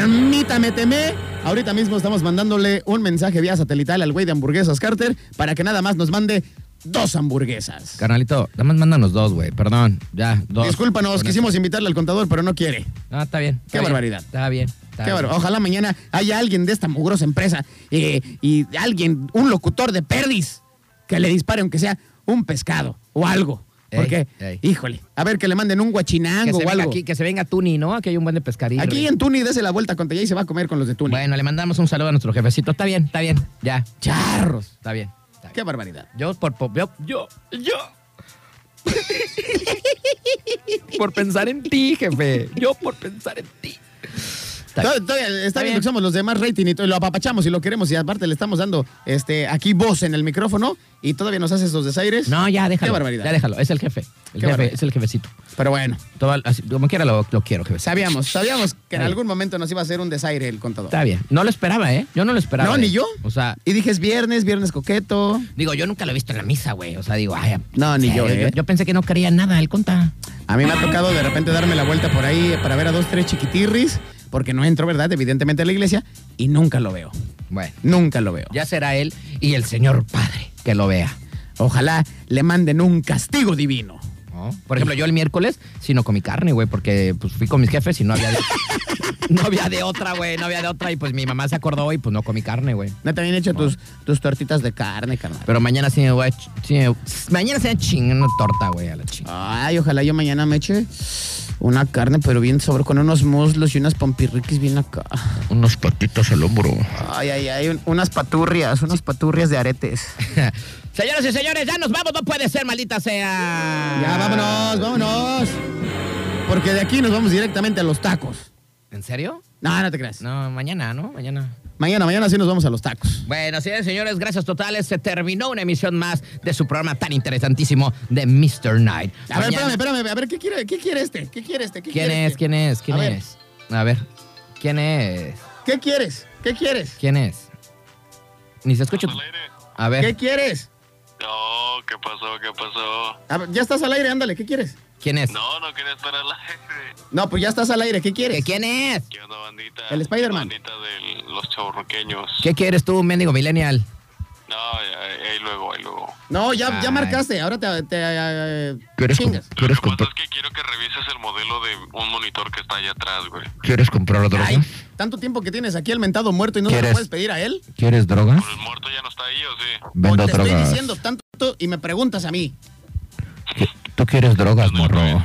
S2: permítame teme. Ahorita mismo estamos mandándole un mensaje vía satelital al güey de hamburguesas Carter para que nada más nos mande dos hamburguesas.
S1: Carnalito, nada más mándanos dos, güey. Perdón, ya, dos.
S2: Discúlpanos,
S1: Con
S2: quisimos invitarle al contador, pero no quiere.
S1: esto. No, está bien. está
S2: Qué
S1: bien,
S2: barbaridad.
S1: Está bien. está
S2: Qué
S1: bien.
S2: bárbaro. Ojalá mañana haya alguien de esta mugrosa empresa eh, y alguien, un locutor de perdis, que le dispare aunque sea un pescado o algo.
S1: Ey,
S2: Porque,
S1: ey.
S2: híjole, a ver que le manden un
S1: Que
S2: guachinango
S1: se,
S2: o
S1: venga
S2: algo.
S1: aquí,
S2: Aquí,
S1: que se venga Tuni, ¿no? Aquí hay un buen de pescadillo.
S2: en Tuni, dese la vuelta con Tella y se va a comer con los de Tuni.
S1: Bueno, le mandamos un saludo a nuestro jefecito. Está bien, está bien. Ya.
S2: Charros.
S1: Está bien. está bien.
S2: Qué barbaridad.
S1: Yo por, por- yo, yo, yo. por pensar en ti, jefe. Yo por pensar en ti. Está
S2: Todavía-
S1: bien.
S2: todavía Está, bien,
S1: bien.
S2: que somos los demás rating y todo, y lo apapachamos y lo queremos y aparte le estamos dando este aquí voz en el micrófono y todavía nos hace esos desaires.
S1: No, ya déjalo.
S2: Qué barbaridad.
S1: Ya déjalo. Es el jefe. El
S2: Qué
S1: jefe,
S2: barbaridad.
S1: es el jefecito.
S2: Pero bueno,
S1: Todo- así- como quiera lo, lo quiero, jefe.
S2: sabíamos, sabíamos que en
S1: Ay.
S2: algún momento nos iba a hacer un desaire el contador.
S1: Está bien. No lo esperaba, ¿eh? Yo no lo esperaba.
S2: No,
S1: ¿eh?
S2: ni yo.
S1: O sea,
S2: Y dije, es viernes, viernes coqueto.
S1: digo, yo nunca lo he visto en la misa, güey. O sea, digo, ay.
S2: No, ni
S1: eh,
S2: yo, ¿eh?
S1: Yo, yo pensé que no quería nada, él conta.
S2: A mí me ha tocado de repente darme la vuelta por ahí para ver a dos, tres chiquitirris, porque no entro, ¿verdad? Evidentemente a la iglesia, y nunca lo veo.
S1: Bueno,
S2: Nunca lo veo.
S1: ya será él y el señor padre que lo vea.
S2: Ojalá le manden un castigo divino. Ah.
S1: ¿no? Por ejemplo, yo el miércoles sí no comí carne, güey, porque pues fui con mis jefes y no había de, no había de otra, güey, no había de otra. Y pues mi mamá se acordó y pues no comí carne, güey.
S2: No te habían hecho tus, tus tortitas de carne, carnal.
S1: Pero mañana sí me voy a... ch- sí me- mañana se me chinga una torta, güey, a la chingada.
S2: Ay, ojalá yo mañana me eche una carne, pero bien sobre, con unos muslos y unas pompirriquis bien acá.
S7: Unas patitas al hombro.
S2: Ay, ay, ay, un- unas paturrias, unas paturrias de aretes.
S1: Señoras y señores, ya nos vamos, no puede ser, maldita sea.
S2: Ya, vámonos, vámonos. Porque de aquí nos vamos directamente a los tacos.
S1: ¿En serio?
S2: No, no te creas.
S1: No, mañana, ¿no? Mañana.
S2: Mañana, mañana sí nos vamos a los tacos.
S1: Bueno, señores, señores, gracias totales. Se terminó una emisión más de su programa tan interesantísimo de Mr. Night.
S2: A ver,
S1: Mañana-
S2: espérame, espérame. A ver, ¿qué quiere, qué quiere este? ¿Qué quiere este? ¿Qué
S1: ¿Quién
S2: quiere
S1: es?
S2: este?
S1: ¿Quién es? ¿Quién
S2: A ver.
S1: es? A ver, ¿quién es?
S2: ¿Qué quieres? ¿Qué quieres?
S1: ¿Quién es? Ni se escucha. tu- A
S2: ¿Qué
S1: ver,
S2: quieres?
S8: No, ¿qué pasó? ¿Qué pasó?
S2: A ver, ya estás al aire, ándale, ¿qué quieres?
S1: ¿quién es?
S8: No, no quería estar al aire.
S2: No, pues ya estás al aire, ¿qué
S1: ¿Qué-
S2: quieres?
S1: ¿Quién es?
S8: ¿Qué onda, bandita?
S2: El Spider-Man.
S8: Bandita de los chaburruqueños.
S1: ¿Qué quieres tú, mendigo millennial?
S8: No, ahí ahí luego, ahí luego.
S2: No, ya, ya
S1: Ay.
S2: marcaste, ahora te, te, eh,
S7: ¿Quieres, com-
S2: chingas.
S8: Lo que
S7: ¿quieres,
S8: pasa
S7: comprar,
S8: es que quiero que revises el modelo de un monitor que está allá atrás, güey.
S7: ¿Quieres comprar drogas?
S2: Ay, tanto tiempo que tienes aquí el mentado muerto y no se lo
S7: ¿Quieres?
S2: puedes pedir a él.
S7: ¿Quieres drogas?
S8: Pero el muerto ya no está ahí, ¿o sí?
S2: O
S7: Vendo
S2: te estoy
S7: drogas.
S2: diciendo tanto y me preguntas a mí.
S7: ¿Qui- ¿Tú quieres drogas, morro?
S1: ¿Eh?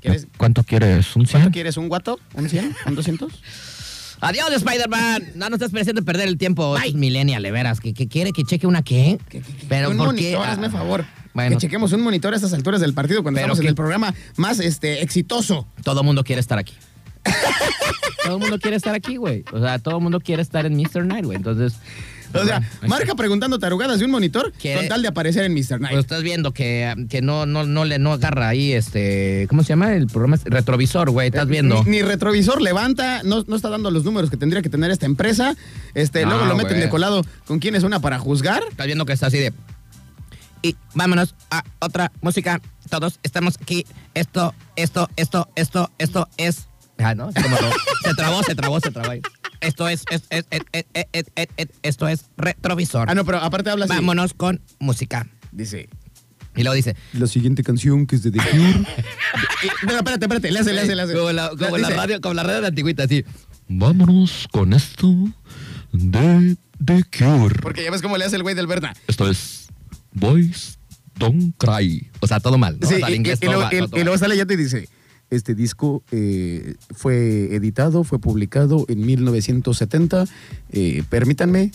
S2: ¿Quieres,
S7: ¿Cuánto quieres? ¿Un
S2: ¿Cuánto
S7: 100?
S2: quieres? ¿Un guato? ¿Un 100? ¿Un 200?
S1: Adiós, Spider-Man. No, no estás mereciendo perder el tiempo. Esto es millennial, de veras. ¿Qué, qué quiere que cheque una qué? Pero
S2: un
S1: ¿por qué?
S2: monitor,
S1: Ah,
S2: hazme favor.
S1: Bueno,
S2: que chequemos un monitor a estas alturas del partido cuando
S1: Pero
S2: estamos
S1: que-
S2: en el programa más este exitoso.
S1: todo el mundo quiere estar aquí. todo el mundo quiere estar aquí, güey. O sea, todo el mundo quiere estar en Mr. Night, güey. Entonces.
S2: O sea,
S1: bueno, ahí
S2: marca preguntando tarugadas de un monitor
S1: ¿Quiere-
S2: con tal de aparecer en Mr.
S1: Pues
S2: Night.
S1: estás viendo que, que no, no, no le no agarra ahí este. ¿Cómo se llama? El programa es retrovisor, güey. Estás viendo.
S2: Eh, Ni, ni retrovisor levanta, no, no está dando los números que tendría que tener esta empresa. Este,
S1: No,
S2: luego lo meten
S1: güey.
S2: de colado con quién es una para juzgar.
S1: Estás viendo que está así de. Y vámonos a otra música. Todos estamos aquí. Esto, esto, esto, esto, esto es. Ah, ¿no? Como ro- se trabó, se trabó, se trabó. ahí. Esto es, es, es, es, es, es, es, es, es- esto es retrovisor.
S2: Ah, no, pero aparte habla así.
S1: Vámonos con música.
S2: Dice.
S1: Y luego dice.
S2: La siguiente canción que es de The Cure. Pero espérate, espérate, le hace, le hace, le hace.
S1: Como la, como la
S2: Dice,
S1: radio, como la radio de antigüita, así.
S7: Vámonos con esto de The Cure.
S2: Porque ya ves cómo le hace el güey del Berna.
S7: Esto es Boys Don't Cry.
S1: O sea, todo mal. ¿no?
S2: Sí,
S1: O sea, el
S2: y-
S1: inglés
S2: y, y
S1: todo
S2: luego,
S1: va-
S2: y-
S1: todo
S2: y
S1: mal.
S2: luego sale ya te dice, este disco eh, fue editado, fue publicado en 1970. eh, permítanme,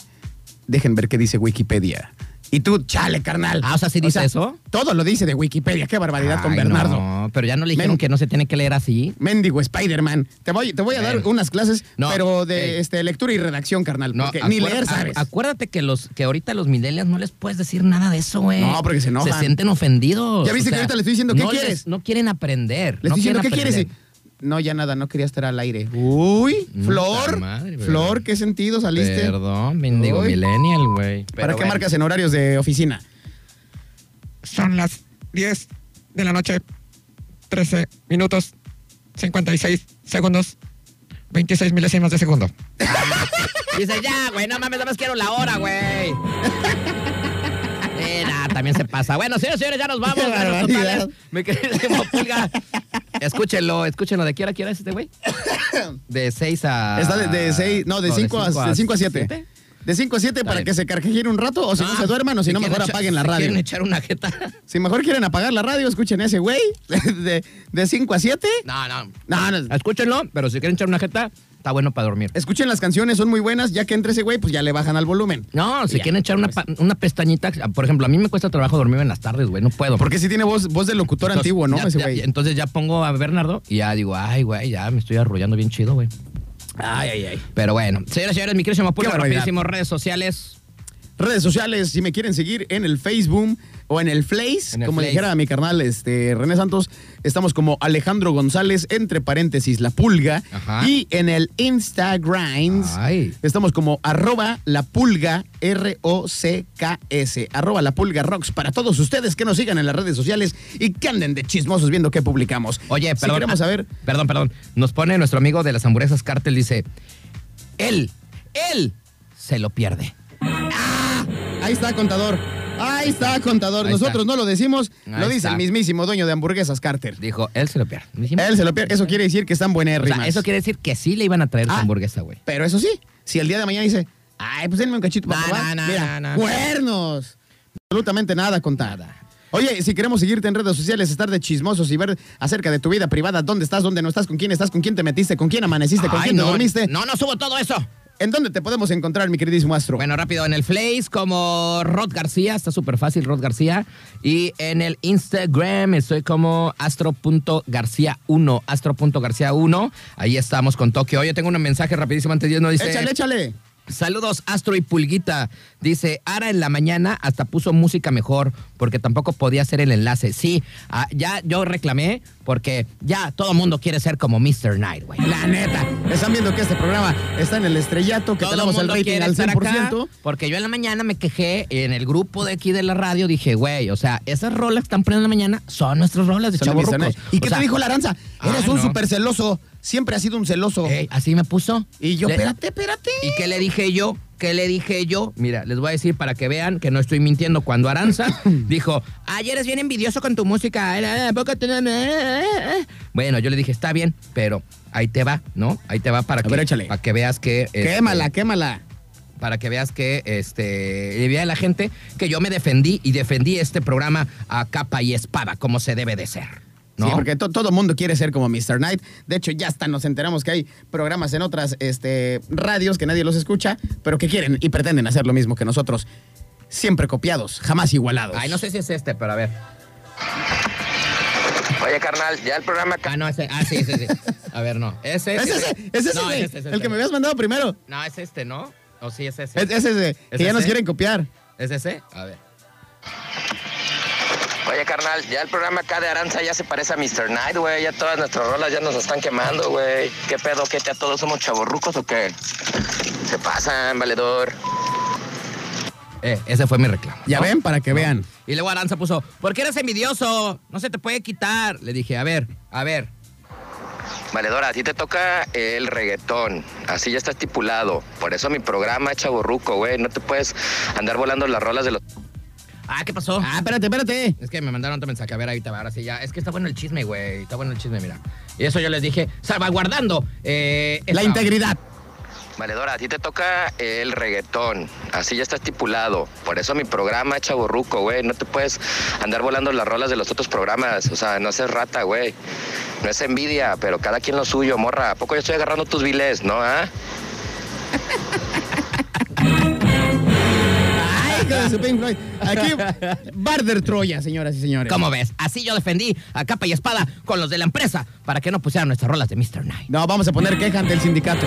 S2: dejen ver qué dice Wikipedia. Y tú, chale, carnal.
S1: Ah, o sea, ¿sí
S2: si
S1: dice eso?
S2: Todo lo dice de Wikipedia. Qué barbaridad con
S1: Ay,
S2: Bernardo.
S1: No, pero ya no le dijeron
S2: Men-
S1: que no se tiene que leer así.
S2: Mendigo Spider-Man. Te voy, te voy a dar
S1: Bueno.
S2: unas clases,
S1: No,
S2: pero de
S1: ey.
S2: este, lectura y redacción, carnal.
S1: No,
S2: porque ni
S1: acuer-
S2: leer
S1: acu-
S2: sabes.
S1: Acuérdate que los que ahorita los millennials no les puedes decir nada de eso, güey.
S2: No, porque se enojan.
S1: Se sienten ofendidos.
S2: Ya viste que ahorita le estoy diciendo, ¿qué
S1: no
S2: quieres?
S1: les- no quieren aprender. no
S2: Les estoy diciendo, ¿qué
S1: quieren
S2: quieres?
S1: aprender. Mm,
S2: Y- No, ya nada, no quería estar al aire. Uy,
S7: Puta
S2: Flor.
S7: madre, güey.
S2: Flor, ¿qué sentido saliste?
S7: Perdón, mendigo
S2: Uy.
S7: millennial, güey.
S2: ¿Para
S1: Pero
S2: qué
S1: bueno.
S2: marcas en horarios de oficina?
S9: Son las 10 de la noche, 13 minutos, 56 segundos, 26 milésimas de segundo.
S1: Dice, ya, güey, no mames, nada más quiero la hora, güey. Eh, nah, también se pasa. Bueno, señores, señores, ya nos vamos.
S2: Qué
S1: Gracias
S2: barbaridad.
S1: totales. Mi queridísimo Pulga. Escúchenlo, escúchenlo. ¿De qué hora, qué hora es este güey? De 6 a...
S2: Está de, de seis, no, de 5
S1: Ah, cinco
S2: a, de cinco a 7.
S1: siete.
S2: De 5 a 7 para
S1: bien. Ah,
S2: que se carcajeen un rato o si no, se duerman o si
S1: ¿se
S2: no
S1: quieren
S2: mejor
S1: echar-
S2: apaguen la
S1: se
S2: radio.
S1: quieren echar una jeta?
S2: Si mejor quieren apagar la radio, escuchen a ese güey de 5 a 7.
S1: No, no.
S2: No, no.
S1: Escúchenlo, pero si quieren echar una jeta, está bueno para dormir.
S2: Escuchen las canciones, son muy buenas. Ya que entre ese güey, pues ya le bajan al volumen.
S1: No, si
S2: Ya,
S1: quieren echar una, pa- una pestañita, por ejemplo, a mí me cuesta trabajo dormir en las tardes, güey, no puedo.
S2: Porque sí tiene voz, voz de locutor
S1: Entonces,
S2: antiguo, ¿no?
S1: ya-
S2: ese
S1: ya-
S2: güey.
S1: entonces ya pongo a Bernardo y ya digo, ay, güey, ya me estoy arrullando bien chido, güey.
S2: Ay, ay, ay.
S1: Pero bueno, señoras y señores, mi querido Pulga,
S2: barbaridad.
S1: rapidísimo, redes sociales.
S2: Redes sociales, si me quieren seguir en el Facebook o en el Face,
S1: En el
S2: como
S1: Flace.
S2: dijera mi carnal este, René Santos, estamos como Alejandro González, entre paréntesis, la pulga.
S1: Ajá.
S2: Y en el Instagram
S1: Ay.
S2: estamos como arroba la pulga R-O-C-K-S. Arroba la pulga rocks para todos ustedes que nos sigan en las redes sociales y que anden de chismosos viendo qué publicamos.
S1: Oye,
S2: Si
S1: perdón.
S2: queremos
S1: ah,
S2: saber.
S1: Perdón, perdón. Nos pone nuestro amigo de las hamburguesas Cartel, dice, él, él se lo pierde.
S2: Ahí está, contador. Ahí está, contador.
S1: Ahí
S2: Nosotros
S1: está.
S2: no lo decimos,
S1: Ahí
S2: lo dice
S1: está.
S2: el mismísimo dueño de hamburguesas Carter.
S1: Dijo, él se lo pierde. Dijimos,
S2: Él se lo pierde. Eso quiere decir que están buenas
S1: o sea, eso quiere decir que sí le iban a traer su
S2: Ah.
S1: hamburguesa, güey.
S2: Pero eso sí, si el día de mañana dice, ay, pues denme un cachito para
S1: No,
S2: probar",
S1: no, no,
S2: mira,
S1: no, no.
S2: cuernos. Absolutamente nada contada. Oye, si queremos seguirte en redes sociales, estar de chismosos y ver acerca de tu vida privada, dónde estás, dónde no estás, con quién estás, con quién te metiste, con quién amaneciste, con
S1: Ay,
S2: quién te
S1: no,
S2: dormiste,
S1: no, no subo todo eso.
S2: ¿en dónde te podemos encontrar, mi queridísimo astro?
S1: Bueno, rápido, en el Face como Rod García, está súper fácil Rod García. Y en el Instagram estoy como astro.garcía1, astro.garcía1. Ahí estamos con Tokio. Oye, tengo un mensaje rapidísimo antes de irnos. Dice,
S2: échale, échale.
S1: Saludos, Astro y Pulguita. Dice, Ara en la mañana hasta puso música mejor porque tampoco podía hacer el enlace. Sí, ah, ya yo reclamé porque ya todo mundo quiere ser como Mr. Night, güey.
S2: La neta, están viendo que este programa está en el estrellato, que
S1: Todo
S2: tenemos el
S1: mundo
S2: rating
S1: quiere
S2: al
S1: estar
S2: 100%.
S1: acá, porque yo en la mañana me quejé en el grupo de aquí de la radio. Dije, güey, o sea, esas rolas que están poniendo en la mañana son nuestras rolas de
S2: Son
S1: chavos
S2: mis-
S1: rucos.
S2: ¿Y
S1: O
S2: qué
S1: sea,
S2: te dijo la aranza?
S1: Ah,
S2: Eres un
S1: no.
S2: súper celoso. Siempre has sido un celoso.
S1: ey, así me puso.
S2: Y yo,
S1: Le-
S2: espérate, espérate.
S1: ¿Y qué le dije yo? ¿Qué le dije yo? Mira, les voy a decir para que vean que no estoy mintiendo. Cuando Aranza dijo, ay, eres bien envidioso con tu música. eh, eh, poco te- eh, eh, eh". Bueno, yo le dije, está bien, pero ahí te va, ¿no? Ahí te va para, que,
S2: ver, échale.
S1: para que veas que... este,
S2: Quémala, quémala.
S1: para que veas que este le diga a la gente que yo me defendí y defendí este programa a capa y espada, como se debe de ser. ¿no?
S2: Sí, porque to- todo mundo quiere ser como Mr. Knight. De hecho, ya hasta nos enteramos que hay programas en otras este, radios que nadie los escucha, pero que quieren y pretenden hacer lo mismo que nosotros. Siempre copiados, jamás igualados.
S1: Ay, no sé si es este, pero a ver.
S3: Oye, carnal, ya el programa
S1: Ah, no, ese. Ah, sí, sí, sí. A ver, no. Ese
S2: Es ese, es ese,
S1: No,
S2: güey,
S1: es este, es
S2: el
S1: este.
S2: que me habías mandado primero.
S1: No, es este, ¿no? O sí, es ese.
S2: Es, es ese, que
S1: ¿Es
S2: ya nos
S1: ese?
S2: quieren copiar.
S1: ¿Es ese? A ver.
S3: Oye, carnal, ya el programa acá de Aranza ya se parece a Mr. Night, güey. Ya todas nuestras rolas ya nos están quemando, güey. ¿Qué pedo? ¿Qué te a todos somos chavorrucos o qué? Se pasan, valedor.
S1: Eh, ese fue mi reclamo.
S2: Ya
S1: ¿no?
S2: ven, para que vean.
S1: Y luego Aranza puso, ¿por qué eres envidioso? No se te puede quitar. Le dije, a ver, a ver.
S3: Valedora, a ti te toca el reggaetón. Así ya está estipulado. Por eso mi programa es chavorruco, güey. No te puedes andar volando las rolas de los.
S1: Ah, ¿qué pasó?
S2: Ah, espérate, espérate.
S1: Es que me mandaron otro mensaje. A ver, ahí te va. Ahora sí, ya. Es que está bueno el chisme, güey. Está bueno el chisme, mira. Y eso yo les dije, salvaguardando. eh,
S2: La
S1: esta-
S2: integridad.
S3: Valedora, a ti te toca el reggaetón. Así ya está estipulado. Por eso mi programa es chavorruco, güey. No te puedes andar volando las rolas de los otros programas. O sea, no seas rata, güey. No es envidia, pero cada quien lo suyo, morra. ¿A poco yo estoy agarrando tus viles, no? ah?
S2: Ay, hijo de de su Pink Floyd. Aquí, Barder Troya, señoras y señores.
S1: ¿Cómo ves? Así yo defendí a capa y espada con los de la empresa para que no pusieran nuestras rolas de Mr. Night.
S2: No, vamos a poner queja ante el sindicato.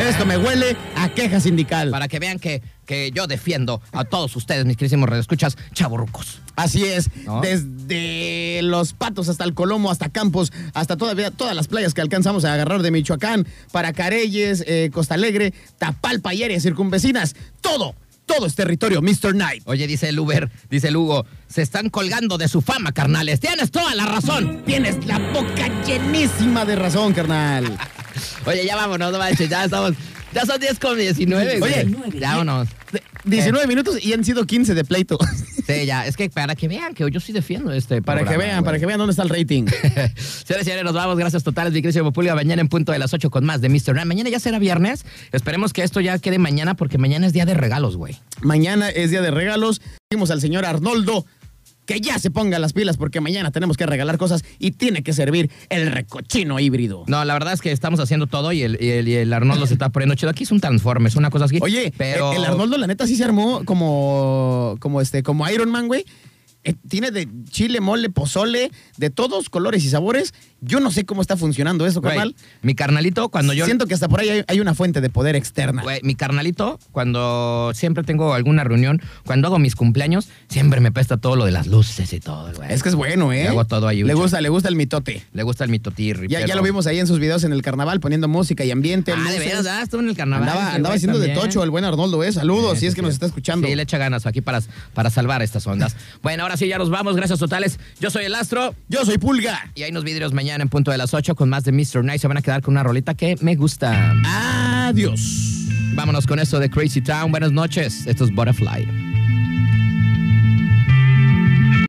S2: Esto me huele a queja sindical.
S1: Para que vean que, que yo defiendo a todos ustedes, mis queridísimos redescuchas, chaburrucos.
S2: Así es,
S1: ¿No?
S2: desde Los Patos hasta el Colomo, hasta Campos, hasta todavía todas las playas que alcanzamos a agarrar de Michoacán, para Careyes, eh, Costa Alegre, Tapalpa y áreas circunvecinas. Todo, todo es territorio, Mr. Knight.
S1: Oye, dice el Uber, dice el Hugo, se están colgando de su fama, carnales. Tienes toda la razón.
S2: Tienes la boca llenísima de razón, carnal.
S1: Oye, ya vámonos, no manches, ya estamos. Ya son 10 con 19. güey.
S5: Oye,
S1: ya vámonos.
S2: De- 19 minutos y han sido 15 de pleito.
S1: Sí, ya, es que para que vean que yo sí defiendo este
S2: Para que vean, para que vean dónde está el rating.
S1: vean. Señores y señores, nos vamos. Gracias totales, mi querido Pulga. Mañana en punto de las 8 con más de Mr. Ryan. Mañana ya será viernes. Esperemos que esto ya quede mañana porque mañana es día de regalos, güey.
S2: Mañana es día de regalos. Dijimos al señor Arnoldo que ya se ponga las pilas porque mañana tenemos que regalar cosas y tiene que servir el recochino híbrido.
S1: No, la verdad es que estamos haciendo todo y el, y el, y el Arnoldo se está poniendo chido. Aquí es un transforme, es una cosa así.
S2: Oye,
S1: pero.
S2: el el Arnoldo la neta sí se armó como como este como Iron Man, güey. Eh, tiene de chile, mole, pozole, de todos colores y sabores. Yo no sé cómo está funcionando eso,
S1: güey,
S2: carnal.
S1: mi carnalito, cuando yo.
S2: Siento que hasta por ahí hay, hay una fuente de poder externa.
S1: Güey, mi carnalito, cuando siempre tengo alguna reunión, cuando hago mis cumpleaños, siempre me presta todo lo de las luces y todo, güey.
S2: Es que es bueno, ¿eh?
S1: Le hago todo ahí,
S2: Le
S1: mucho.
S2: gusta, le gusta el mitote.
S1: Le gusta el mitotirri.
S2: Ya, ya
S1: pero-
S2: lo vimos ahí en sus videos en el carnaval poniendo música y ambiente.
S1: Ah, de
S2: luces.
S1: veras, ah, estuvo en el carnaval.
S2: Andaba,
S1: ese
S2: andaba
S1: güey
S2: haciendo de
S1: también.
S2: tocho el buen Arnoldo, ¿eh? Saludos,
S1: Sí,
S2: si es
S1: sí,
S2: que nos
S1: sí.
S2: está escuchando.
S1: Sí, le echa ganas aquí para, para salvar estas ondas. bueno, ahora sí, ya nos vamos. Gracias totales. Yo soy el Astro.
S2: Yo soy Pulga.
S1: Y hay unos vidrios mañana en punto de las 8 con más de Mr. Night. Se van a quedar con una rolita que me gusta.
S2: Adiós.
S1: Vámonos con esto de Crazy Town. Buenas noches. Esto es Butterfly.